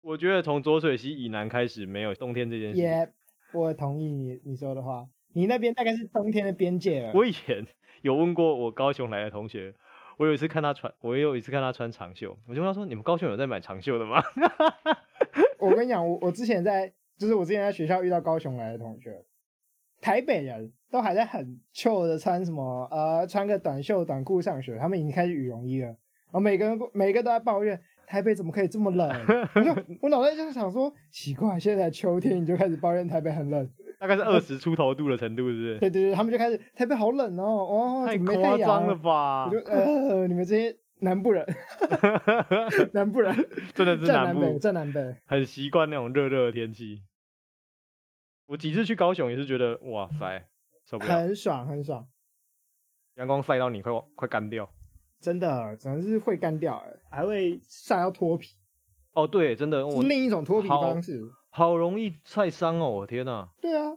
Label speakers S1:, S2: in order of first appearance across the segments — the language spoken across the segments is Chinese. S1: 我觉得从浊水溪以南开始没有冬天这件事情。
S2: 也、我同意你你说的话，你那边大概是冬天的边界了。
S1: 我以前有问过我高雄来的同学，我有一次看他穿，我也有一次看他穿长袖，我就问他说：“你们高雄有在买长袖的吗
S2: 我跟你讲，我我之前在，就是我之前在学校遇到高雄来的同学，台北人都还在很旧的穿什么呃，穿个短袖短裤上学，他们已经开始羽绒衣了，然后每个人每个都在抱怨台北怎么可以这么冷。我就我脑袋就想说，奇怪，现在才秋天你就开始抱怨台北很冷，？”
S1: 大概是二十出头度的程度，是不
S2: 对对对，他们就开始台北好冷哦，哦，
S1: 是？太
S2: 怎么没
S1: 夸
S2: 太阳啊
S1: 张了吧
S2: 我！就呃，你们这些南部人， 南部人，
S1: 真的是南
S2: 站南北，
S1: 部，
S2: 站南北。
S1: 很习惯那种热热的天气。我几次去高雄也是觉得，哇塞，受不了，
S2: 很爽很爽，
S1: 阳光晒到你快快干掉。
S2: 真的，真的是会干掉欸，还会晒到脱皮，
S1: 哦，对，真的，我
S2: 是另一种脱皮
S1: 好
S2: 方式。
S1: 好容易晒伤哦！我天呐，
S2: 对啊，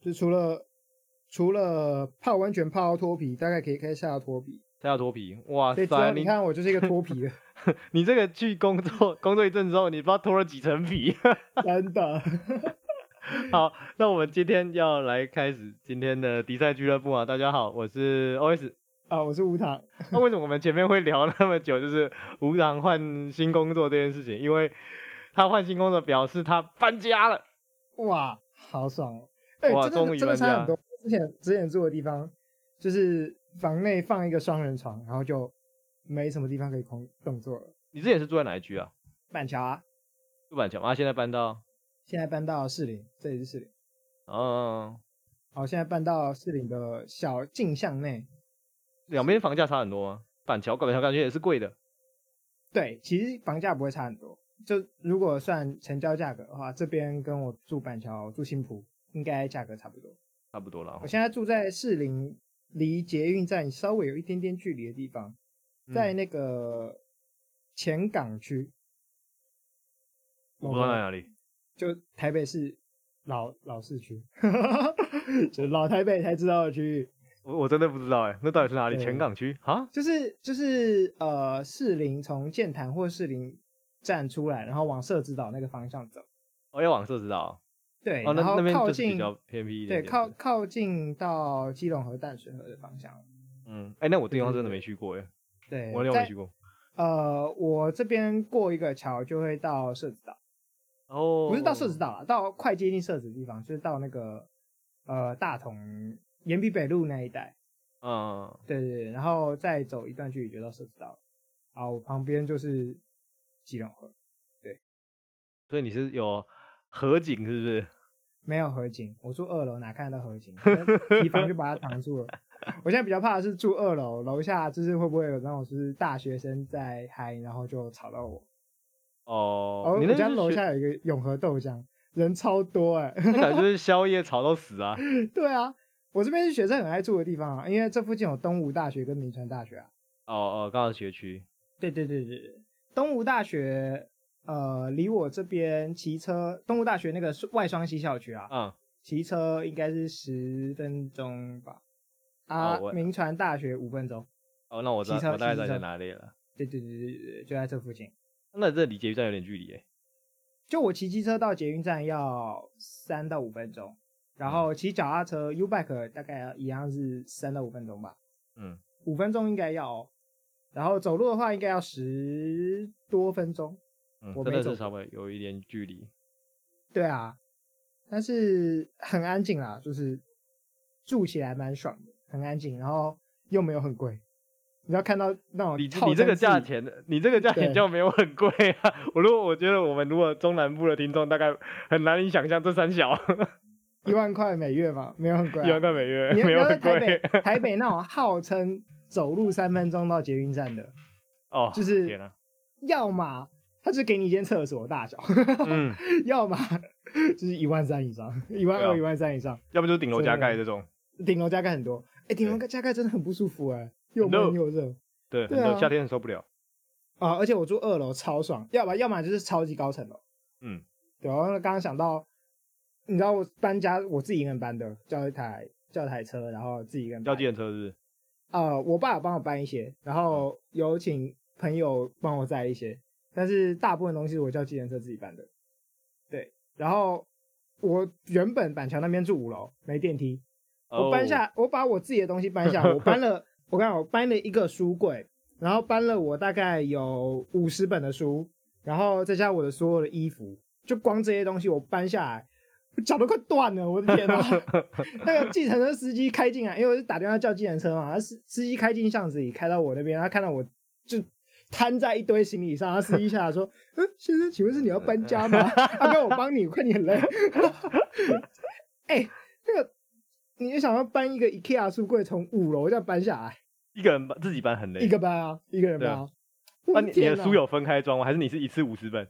S2: 就除了除了泡温泉泡到脱皮，大概可以可以晒到脱皮。
S1: 晒到脱皮，哇
S2: 所以之后
S1: 塞！
S2: 你
S1: 你
S2: 看我就是一个 脱皮的，
S1: 你这个去工作工作一阵之后，你不知道脱了几层皮。
S2: 真的。
S1: 好，那我们今天要来开始今天的迪赛俱乐部啊！大家好，我是 OS。
S2: 啊，我是无糖，
S1: 那为什么我们前面会聊那么久，就是吴糖换新工作这件事情？因为他换新工作，表示他搬家了。
S2: 哇，好爽哦！哎、
S1: 哇
S2: 真的
S1: 终于
S2: 真的
S1: 搬家
S2: 差很多。之前之前住的地方就是房内放一个双人床，然后就没什么地方可以空动作了。
S1: 你之前是住在哪一区啊？
S2: 板桥啊，
S1: 住板桥吗？啊现在搬到，
S2: 现在搬到士林，这里是士林。
S1: 嗯，
S2: 好，现在搬到士林的小径巷内。
S1: 两边房价差很多吗？板桥，板桥感觉也是贵的。
S2: 对，其实房价不会差很多。就如果算成交价格的话，这边跟我住板桥、住新浦应该价格差不多。
S1: 差不多了哦
S2: 我，现在住在士林，离捷运站稍微有一点点距离的地方，在
S1: 嗯、
S2: 那个前港区，
S1: 我不知道在哪里。
S2: 就台北市老老市区， 就老台北才知道的区域，
S1: 我我真的不知道哎、那到底是哪里？
S2: 对
S1: 前港区啊？
S2: 就是就是呃士林从剑潭或士林站出来，然后往社子岛那个方向走，
S1: 哦，要往社知道
S2: 对，
S1: 哦，那
S2: 然后
S1: 那边
S2: 靠
S1: 就是比
S2: 近
S1: 较偏僻一点
S2: 对
S1: 点的
S2: 靠靠近到基隆河淡水河的方向，
S1: 嗯，哎、那我地
S2: 对
S1: 方
S2: 对
S1: 真的
S2: 对
S1: 没去过哎、
S2: 对，
S1: 我完全
S2: 在
S1: 没去过。
S2: 呃我这边过一个桥就会到社子岛。
S1: 哦，
S2: 不是到社子岛啦，到快接近社子的地方，就是到那个呃大同延平北路那一带，
S1: 嗯，
S2: 对对对，然后再走一段距离就到社子岛了。啊，我旁边就是基隆河，
S1: 所以你是有河景是不是？
S2: 没有河景，我住二楼哪看得到河景？那提防就把它挡住了。我现在比较怕的是住二楼，楼下就是会不会有那种就是大学生在嗨，然后就吵到我。
S1: 哦，
S2: 哦，
S1: 你
S2: 我
S1: 那
S2: 家
S1: 是
S2: 楼
S1: 学
S2: 下有一个永和豆浆，人超多哎、
S1: 那感觉就是宵夜吵到死啊！
S2: 对啊，我这边是学生很爱住的地方啊，因为这附近有东吴大学跟明传大学啊。
S1: 哦哦，刚好学区，
S2: 对对对对对，东吴大学呃离我这边骑车，东吴大学那个外双溪校区啊，
S1: 嗯，
S2: 骑车应该是十分钟吧。啊
S1: 哦，我
S2: 明传大学五分钟。
S1: 哦，那我知道
S2: 骑车
S1: 我大概
S2: 骑
S1: 知道你
S2: 车
S1: 在哪里了。
S2: 对对对对对，对就在这附近。
S1: 那这离捷运站有点距离哎、
S2: 就我骑机车到捷运站要三到五分钟，然后骑脚踏车 U bike 大概一样是三到五分钟吧。
S1: 嗯，
S2: 五分钟应该要、哦，然后走路的话应该要十多分钟。
S1: 嗯，
S2: 我
S1: 真
S2: 没
S1: 的
S2: 走
S1: 是稍微有一点距离。
S2: 对啊，但是很安静啦，就是住起来蛮爽的，很安静，然后又没有很贵。你要看到那种
S1: 你
S2: 套
S1: 你这
S2: 餐
S1: 个
S2: 自己
S1: 价，钱的，你这个价钱
S2: 对
S1: 就没有很贵啊！ 我如果我觉得我们如果中南部的听众大概很难以想象这三小
S2: 一万块每月嘛，没有很贵、啊。
S1: 一万块每月
S2: 你要
S1: 没
S2: 你
S1: 有
S2: 要在
S1: 很
S2: 台北
S1: 贵
S2: 台北那种号称走路三分钟到捷运站的，
S1: 哦，
S2: 就是
S1: 天 啊，
S2: 要么他就给你一间厕所大小，
S1: 嗯，
S2: 要么就是一万三以上，一万
S1: 对啊
S2: 二、一万三以上。
S1: 要不就是顶楼
S2: 真
S1: 加
S2: 的
S1: 盖这种，
S2: 顶楼加盖很多，哎、顶楼加盖真的很不舒服哎、又闷
S1: 很
S2: 又热
S1: 对，很
S2: 对
S1: 多
S2: 啊
S1: 夏天很受不了。
S2: 啊！而且我住二楼超爽，要不然要么就是超级高层楼。
S1: 嗯，
S2: 对，然后刚刚想到，你知道我搬家我自己一个人搬的，叫一台叫一台车，然后自己一个人
S1: 要
S2: 搬。啊
S1: 计程车是
S2: 呃，我爸有帮我搬一些，然后有请朋友帮我载一些，但是大部分东西我叫计程车自己搬的。对，然后我原本板桥那边住五楼，没电梯，我
S1: 哦
S2: 搬下，我把我自己的东西搬下，我搬了，我看我搬了一个书柜，然后搬了我大概有五十本的书，然后再加上我的所有的衣服，就光这些东西我搬下来，我脚都快断了，我的天哪！那个计程车司机开进来，因为我是打电话叫计程车嘛，他司司机开进巷子里，开到我那边，他看到我就摊在一堆行李上，他司机下来说：“嗯，先生，请问是你要搬家吗？他跟我帮你，我看你很累。”哎、那个，你就想要搬一个 IKEA 书柜从五楼这样搬下来，
S1: 一个人搬自己搬很累。
S2: 一个搬啊，一个人搬啊。我
S1: 啊，你你
S2: 天
S1: 的
S2: 哪
S1: 书有分开装吗？还是你是一次五十本？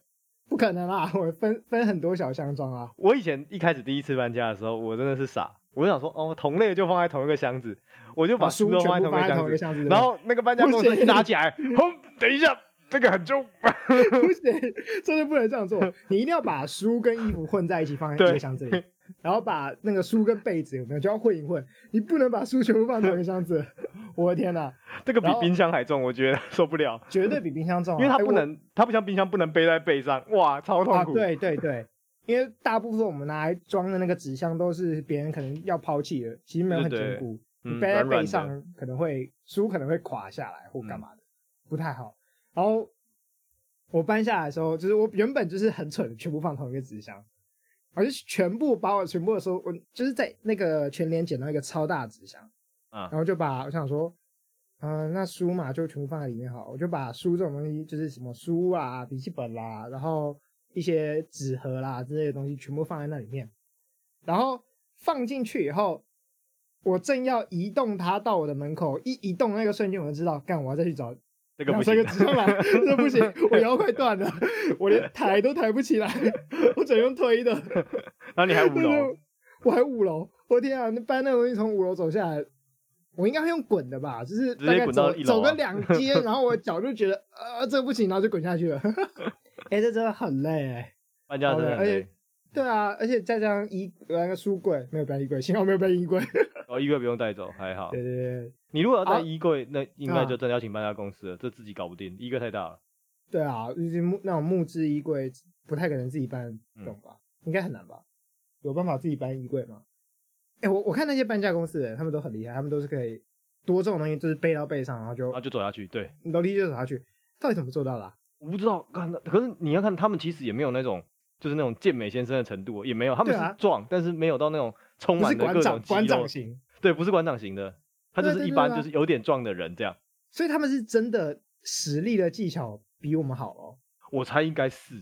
S2: 不可能啦，我分分很多小箱装啊。
S1: 我以前一开始第一次搬家的时候，我真的是傻，我就想说，哦，同类就放在同一个箱子，我就 把
S2: 把书
S1: 都
S2: 全
S1: 放在
S2: 部
S1: 同一
S2: 放
S1: 个箱子
S2: 在同一个，箱子里面，
S1: 然 后那个搬家
S2: 不
S1: 公司
S2: 行
S1: 一拿起来，轰，等一下，这个很重，
S2: 不行，真的不能这样做。 你一定要把书跟衣服混在一起放在
S1: 对
S2: 一个箱子里，然后把那个书跟被子有没有就要混一混。你不能把书全部放同一个箱子。 我的天哪，
S1: 这个比
S2: 然后
S1: 冰箱还重，我觉得受不了，
S2: 绝对比冰箱重啊、
S1: 因为它
S2: 哎
S1: 不
S2: 我
S1: 能，它不像冰箱不能背在背上，哇，超痛
S2: 啊，
S1: 苦。
S2: 对对对，因为大部分我们拿来装的那个纸箱都是别人可能要抛弃的，其实没有很
S1: 对对
S2: 坚固，
S1: 嗯
S2: 你背
S1: 软
S2: 在
S1: 软
S2: 背
S1: 的
S2: 上可能会书可能会垮下来或
S1: 嗯
S2: 干嘛的，不太好。然后我搬下来的时候，就是我原本就是很蠢，全部放同一个纸箱，我就全部把我全部的收，我就是在那个全联捡到一个超大的纸箱，
S1: 啊
S2: 然，后就把我想说，嗯、那书嘛就全部放在里面好了，我就把书这种东西，就是什么书啊、笔记本啦、然后一些纸盒啦之类的东西，全部放在那里面。然后放进去以后，我正要移动它到我的门口，一移动那个瞬间，我就知道，干，我要再去找
S1: 这个
S2: 两
S1: 不
S2: 三
S1: 行
S2: 个，纸 上来，这不行，我腰快断了， 我连抬都抬不起来，我只能用推的。
S1: 然后你 还五
S2: 对
S1: 楼，
S2: 对，我还五楼，我天啊！那搬那个东西从五楼走下来，我应该会用滚的吧？就是
S1: 直接
S2: 大概
S1: 滚
S2: 走
S1: 到一楼啊
S2: 走个两阶，然后我脚就觉得呃这不行，然后就滚下去了。 哎、这真的很累哎、
S1: 搬家真的
S2: 好
S1: 很
S2: 的哎而
S1: 累
S2: 且。对啊，而且再加上衣呃那个书柜没有搬衣柜，幸好没有搬衣柜。
S1: 哦，衣柜不用带走，还好
S2: 对。对对
S1: 你如果要带
S2: 啊
S1: 衣柜，那应该
S2: 啊
S1: 就真的要请搬家公司了，这自己搞不定，衣柜太大了。
S2: 对啊，就是木那种木质衣柜不太可能自己搬
S1: 嗯
S2: 得动吧？应该很难吧？有办法自己搬衣柜吗？哎、我我看那些搬家公司的人，他们都很厉害，他们都是可以多这种东西，就是背到背上，然后就
S1: 然后就走下去。对，
S2: 你楼梯就走下去，到底怎么做到的啊、
S1: 我不知道，看，可是你要看他们其实也没有那种就是那种健美先生的程度，也没有，他们
S2: 对啊
S1: 是壮，但是没有到那种充
S2: 不是
S1: 满的
S2: 馆
S1: 各种
S2: 长，
S1: 肌
S2: 馆
S1: 肉
S2: 长。型，
S1: 对，不是馆长型的，他就
S2: 对
S1: 是
S2: 对
S1: 一
S2: 对
S1: 般
S2: 对啊
S1: 就是有点壮的人这样。
S2: 所以他们是真的实力的技巧比我们好哦。
S1: 我猜应该是，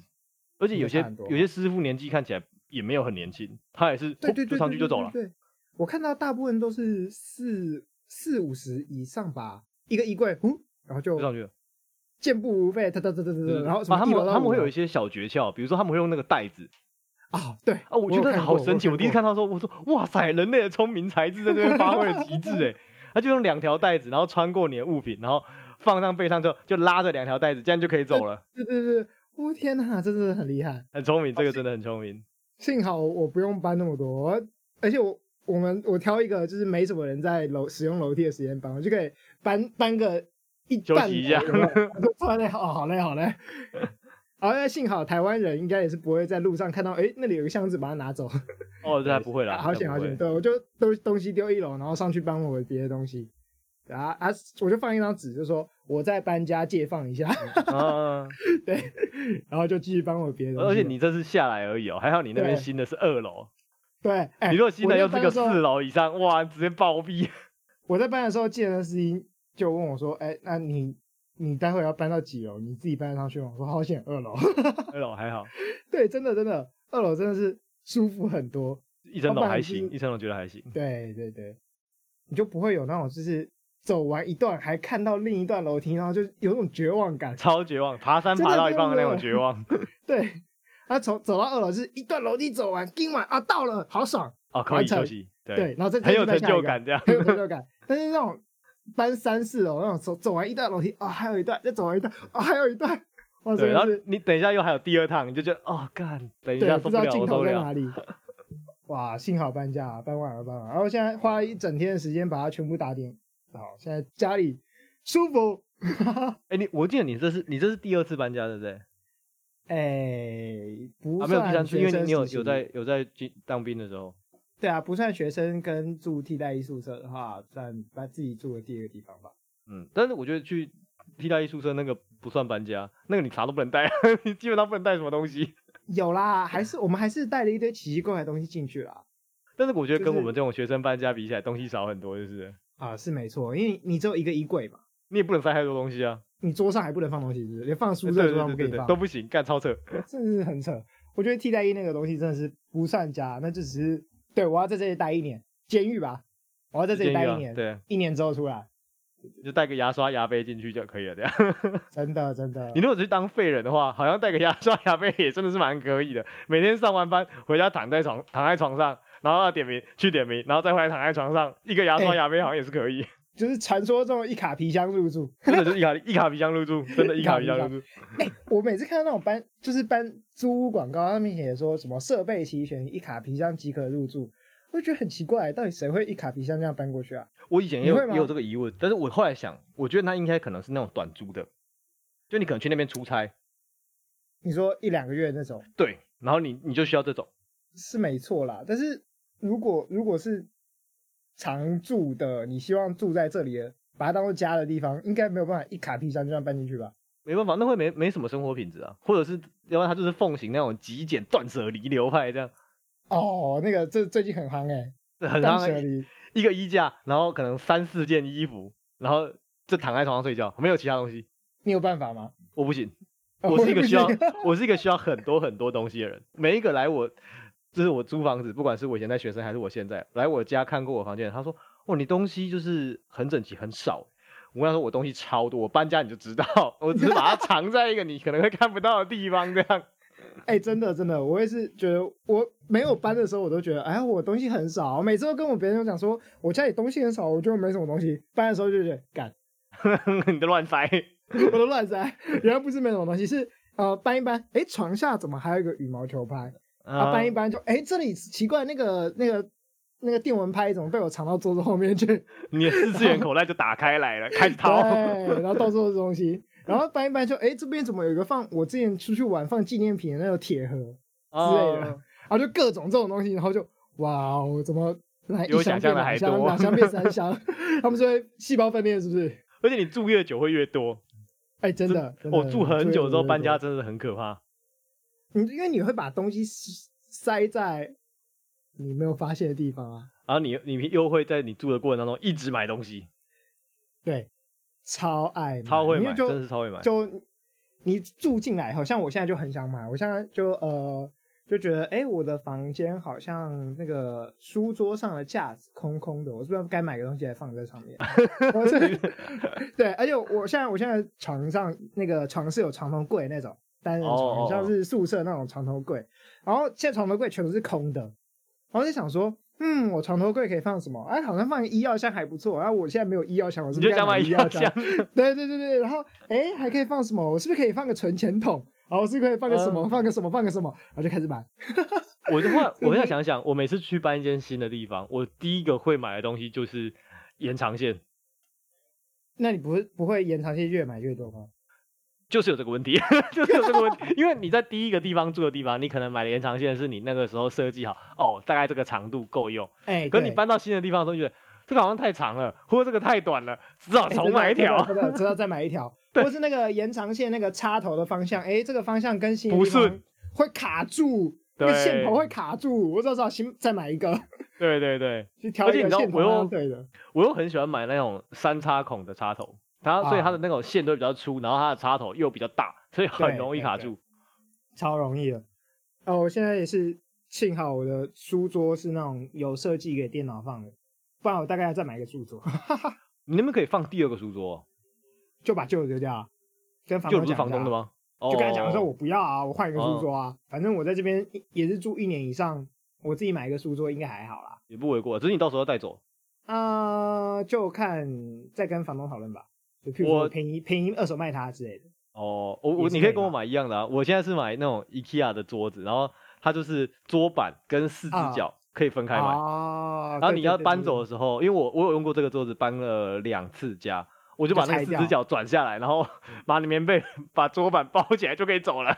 S1: 而且有些
S2: 差很多
S1: 有些师傅年纪看起来也没有很年轻，他也是
S2: 对
S1: 哦
S2: 对对，
S1: 就上去就走了。
S2: 对，对对我看到大部分都是四四五十以上吧，一个衣柜，嗯，然后
S1: 就上
S2: 就
S1: 去了，
S2: 健步如飞，哒哒哒哒哒
S1: 对
S2: 哒，然后什
S1: 啊
S2: 么
S1: 他们
S2: 一楼到
S1: 他们
S2: 五
S1: 会有
S2: 楼
S1: 一些小诀窍，比如说他们会用那个袋子，
S2: 啊，对
S1: 啊，我觉
S2: 有
S1: 得
S2: 看
S1: 好
S2: 过
S1: 神奇！我第一次
S2: 看
S1: 看到的时候，我说哇塞，人类的聪明才智在这边发挥了极致哎！他就用两条带子，然后穿过你的物品，然后放上背上之后，就拉着两条带子，这样就可以走了。
S2: 过，对对对，我天哪，真的很厉害。
S1: 很聪明，这个真的很聪明。
S2: 幸好我不用搬那么多，我而且我我们我挑一个就是没什么人在楼使用楼梯的时间搬，我就可以搬搬个一
S1: 休息
S2: 半
S1: 一下
S2: 楼有没有我就坐在那哦，好嘞好嘞。好，那幸好台湾人应该也是不会在路上看到，哎、那里有个箱子，把它拿走。
S1: 哦，这还不会啦，
S2: 啊好
S1: 这
S2: 险
S1: 还
S2: 好
S1: 不会
S2: 险，对我就东东西丢一楼，然后上去搬我别的东西。啊啊！我就放一张纸，就说我在搬家借放一下，
S1: 啊！
S2: 对，然后就继续搬我别的东西
S1: 嗯
S2: 了。
S1: 而且你这次下来而已哦，还好你那边
S2: 对
S1: 新的是二楼，
S2: 对，哎、
S1: 你如果新的
S2: 我
S1: 又
S2: 那
S1: 是
S2: 搬
S1: 个
S2: 的时候
S1: 四楼以上，哇，直接暴毙。
S2: 我在搬的时候，计程车司机就问我说：“哎、那你你待会要搬到几楼？你自己搬得上去吗？”我说：“好险，二楼。
S1: 二楼还好，”
S2: 对，真的真的，二楼真的是舒服很多。
S1: 一层
S2: 老
S1: 楼
S2: 板
S1: 还
S2: 已
S1: 行，
S2: 经
S1: 一层楼觉得还行。
S2: 对对对，你就不会有那种就是走完一段还看到另一段楼梯，然后就有种绝望感。
S1: 超绝望，爬山
S2: 真
S1: 爬
S2: 的
S1: 到一
S2: 真
S1: 半的那种
S2: 的
S1: 绝望。
S2: 对，他从走到二楼就是一段楼梯走完，今晚啊到了，好爽。
S1: 哦，可
S2: 完
S1: 以休
S2: 成
S1: 息，
S2: 对，
S1: 对，
S2: 然后再
S1: 很有
S2: 再
S1: 成
S2: 去搬下一
S1: 就
S2: 个
S1: 感这 样。
S2: 很有成就感。但是那种搬三四楼哦那种走走完一段楼梯啊、还有一段，再走完一段啊、还有一段，哇，
S1: 对，
S2: 真
S1: 然后
S2: 的是
S1: 你等一下又还有第二趟，你就觉得哦，干，等一
S2: 对，
S1: 下
S2: 不
S1: 受不
S2: 知道
S1: 了，
S2: 尽
S1: 我受
S2: 头
S1: 不
S2: 在
S1: 了。
S2: 哪里。哇，幸好搬家、啊，搬完了，搬完了。然后现在花了一整天的时间把它全部打点好，现在家里舒服。
S1: 哎，你我记得你这是你这是第二次搬家，对不对？
S2: 哎，不
S1: 啊，
S2: 算
S1: 没有第三次，因为
S2: 学
S1: 你
S2: 生
S1: 你有
S2: 时期
S1: 有在有在军当兵的时候，
S2: 对啊，不算学生跟住替代役宿舍的话，算把自己住的第二个地方吧。
S1: 嗯，但是我觉得去替代艺宿舍那个不算搬家，那个你啥都不能带， 你基本上不能带什么东西。
S2: 有啦，
S1: 啊
S2: 还是我们还是带了一堆奇奇怪怪的东西进去啦。
S1: 但是我觉得
S2: 就
S1: 跟
S2: 是
S1: 我们这种学生搬家比起来，东西少很多，就是
S2: 啊、是没错，因为你只有一个衣柜嘛，
S1: 你也不能塞太多东西啊，
S2: 你桌上还不能放东西，是不是？连放书
S1: 对
S2: 在
S1: 对
S2: 桌上不
S1: 对
S2: 给
S1: 对
S2: 你
S1: 对，
S2: 放，
S1: 都不行，干超扯。
S2: 真的是很扯。我觉得替代役那个东西真的是不算家，那就只是对我要在这里待一年，监狱吧，我要在这
S1: 建
S2: 里
S1: 议
S2: 待一
S1: 啊
S2: 年，
S1: 对，
S2: 一年之后出来，
S1: 就带个牙刷、牙杯进去就可以了。这样，
S2: 真的真的
S1: 你。如果去当废人的话，好像带个牙刷、牙杯也真的是蛮可以的。每天上完班回家躺在床躺在床上，然后要点名去点名，然后再回来躺在床上，一个牙刷、
S2: 哎
S1: 牙杯好像也是可 以。
S2: 就是传说中的一卡皮箱入住。
S1: 真的就是一卡一卡皮箱入住，真的一卡皮箱入住。
S2: 哎、我每次看到那种搬，就是搬租屋广告，上面写说什么设备齐全，一卡皮箱即可入住，我就觉得很奇怪，到底谁会一卡皮箱这样搬过去啊？
S1: 我以前也
S2: 你
S1: 有
S2: 会吗
S1: 也有这个疑问，但是我后来想，我觉得他应该可能是那种短租的，就你可能去那边出差，
S2: 你说一两个月那种
S1: 对，然后你你就需要这种，
S2: 是没错啦，但是如果如果是常住的，你希望住在这里的，把它当做家的地方，应该没有办法一卡皮箱就这样搬进去吧？
S1: 没办法，那会没没什么生活品质啊，或者是要不然他就是奉行那种极简断舍离流派这样，
S2: 哦，那个这最近很夯哎、
S1: 很欸
S2: 断
S1: 让
S2: 舍离，
S1: 一个衣架，然后可能三四件衣服，然后就躺在床上睡觉，没有其他东西，
S2: 你有办法吗？
S1: 我不行。我是一个需要
S2: 哦我也不行，
S1: 我是一个需要很多很多东西的人。每一个来我，就是我租房子，不管是我以前在学生还是我现在来我家看过我房间的人，他说：“哦，你东西就是很整齐，很少。”我跟他说：“我东西超多，我搬家你就知道，我只是把它藏在一个你可能会看不到的地方。”这样，
S2: 哎、真的真的，我也是觉得我没有搬的时候，我都觉得哎，我东西很少。每次都跟我别人讲说我家里东西很少，我就没什么东西。搬的时候就觉得干，
S1: 你都乱塞。
S2: 我都乱塞。原来不是没什么东西，是呃搬一搬，哎、床下怎么还有一个羽毛球拍？啊，搬一搬就哎、这里奇怪，那个那个那个电蚊拍怎么被我藏到桌子后面 去？
S1: 你的四次元口袋就打开来了，开始啊掏。
S2: 对，然后到处都是东西。然后搬一搬就哎、这边怎么有一个放我之前出去玩放纪念品的那个铁盒？ 之类的
S1: 哦
S2: 然后就各种这种东西，然后就哇，我怎么来
S1: 比我
S2: 一箱
S1: 想象
S2: 变
S1: 的
S2: 两
S1: 还
S2: 箱，
S1: 多
S2: 两箱变 三箱，他们说细胞分裂是不是？
S1: 而且你住越久会越多，
S2: 哎，真的，真的
S1: 我住很久之后搬，家
S2: 对
S1: 真的很可怕。
S2: 对对对你因为你会把东西塞塞在你没有发现的地方啊，
S1: 然后你你又会在你住的过程当中一直买东西，
S2: 对，超爱买
S1: 超会
S2: 因
S1: 买，
S2: 为
S1: 真的
S2: 就是
S1: 超会买。
S2: 就你住进来，好像我现在就很想买，我现在就呃。就觉得，哎、我的房间好像那个书桌上的架子空空的，我是不是该买个东西来放在上 面？我是 对，而且我现在我现在床上那个床是有床头柜那种单人
S1: 哦哦
S2: 床，
S1: 哦
S2: 像是宿舍那种床头柜，然后现在床头柜全都是空的，然后就想说，嗯，我床头柜可以放什么？哎，好像放医药箱还不错，然后啊我现在没有医药箱，我是
S1: 你
S2: 不
S1: 就是
S2: 该
S1: 想买
S2: 买
S1: 一
S2: 医
S1: 药
S2: 药
S1: 箱
S2: 箱？，对对对对，然后哎还可以放什么？我是不是可以放个存钱筒？然后我是不是可以放个什么？
S1: 嗯
S2: 放个什么？放个什么？然后就开始买。
S1: 我的 话，我现在想想，我每次去搬一间新的地方，我第一个会买的东西就是延长线，
S2: 那你不会不会延长线越买越多吗？
S1: 就是有这个问题， 就是有这个问题。因为你在第一个地方住的地方，你可能买的延长线是你那个时候设计好，哦，大概这个长度够用。
S2: 哎，
S1: 可是你
S2: 对
S1: 搬到新的地方的时候，你觉得这个好像太长了，或者这个太短了，只好
S2: 哎
S1: 重买一条。
S2: 真的真的真的再买一条，或是那个延长线那个插头的方向，哎，这个方向跟新的
S1: 不
S2: 地方
S1: 顺
S2: 会卡住，那
S1: 对
S2: 个线头会卡住，我只好新再买一个，
S1: 对对对，
S2: 去调
S1: 而
S2: 一
S1: 且
S2: 个
S1: 你知道
S2: 线头
S1: 我又
S2: 方向对的。
S1: 我又很喜欢买那种三插孔的插头，它
S2: 啊
S1: 所以它的那种线都比较粗，然后它的插头又比较大，所以很
S2: 对
S1: 容易
S2: 对
S1: 卡
S2: 对
S1: 住。
S2: 超容易的。哦，我现在也是幸好我的书桌是那种有设计给电脑放的，不然我大概要再买一个书桌，
S1: 你那边可以放第二个书桌哦、
S2: 就把旧的丢掉啊。跟房
S1: 就
S2: 东
S1: 不是
S2: 讲
S1: 房
S2: 一下
S1: 东
S2: 啊
S1: 的？吗？哦
S2: 就跟他讲说，我不要啊，我换一个书桌啊。反正我在这边一也是住一年以上，我自己买一个书桌应该还好啦。
S1: 也不为过，只是你到时候要带走。
S2: 啊、就看再跟房东讨论吧。就譬如
S1: 我
S2: 说便宜便宜二手卖它之类的。
S1: 哦，我我
S2: 也是
S1: 你可
S2: 可
S1: 以
S2: 以
S1: 跟我
S2: 吧
S1: 买一样的啊，我现在是买那种 IKEA 的桌子，然后它就是桌板跟四只
S2: 啊
S1: 脚可以分开买，
S2: 哦，
S1: 然后
S2: 对
S1: 你
S2: 对
S1: 要
S2: 对
S1: 搬
S2: 对
S1: 走的时候，因为我我有用过这个桌子搬了两次家，我就
S2: 就
S1: 把那个
S2: 拆
S1: 四
S2: 掉
S1: 只脚转下来，然后 把你棉被把桌板包起来就可以走了。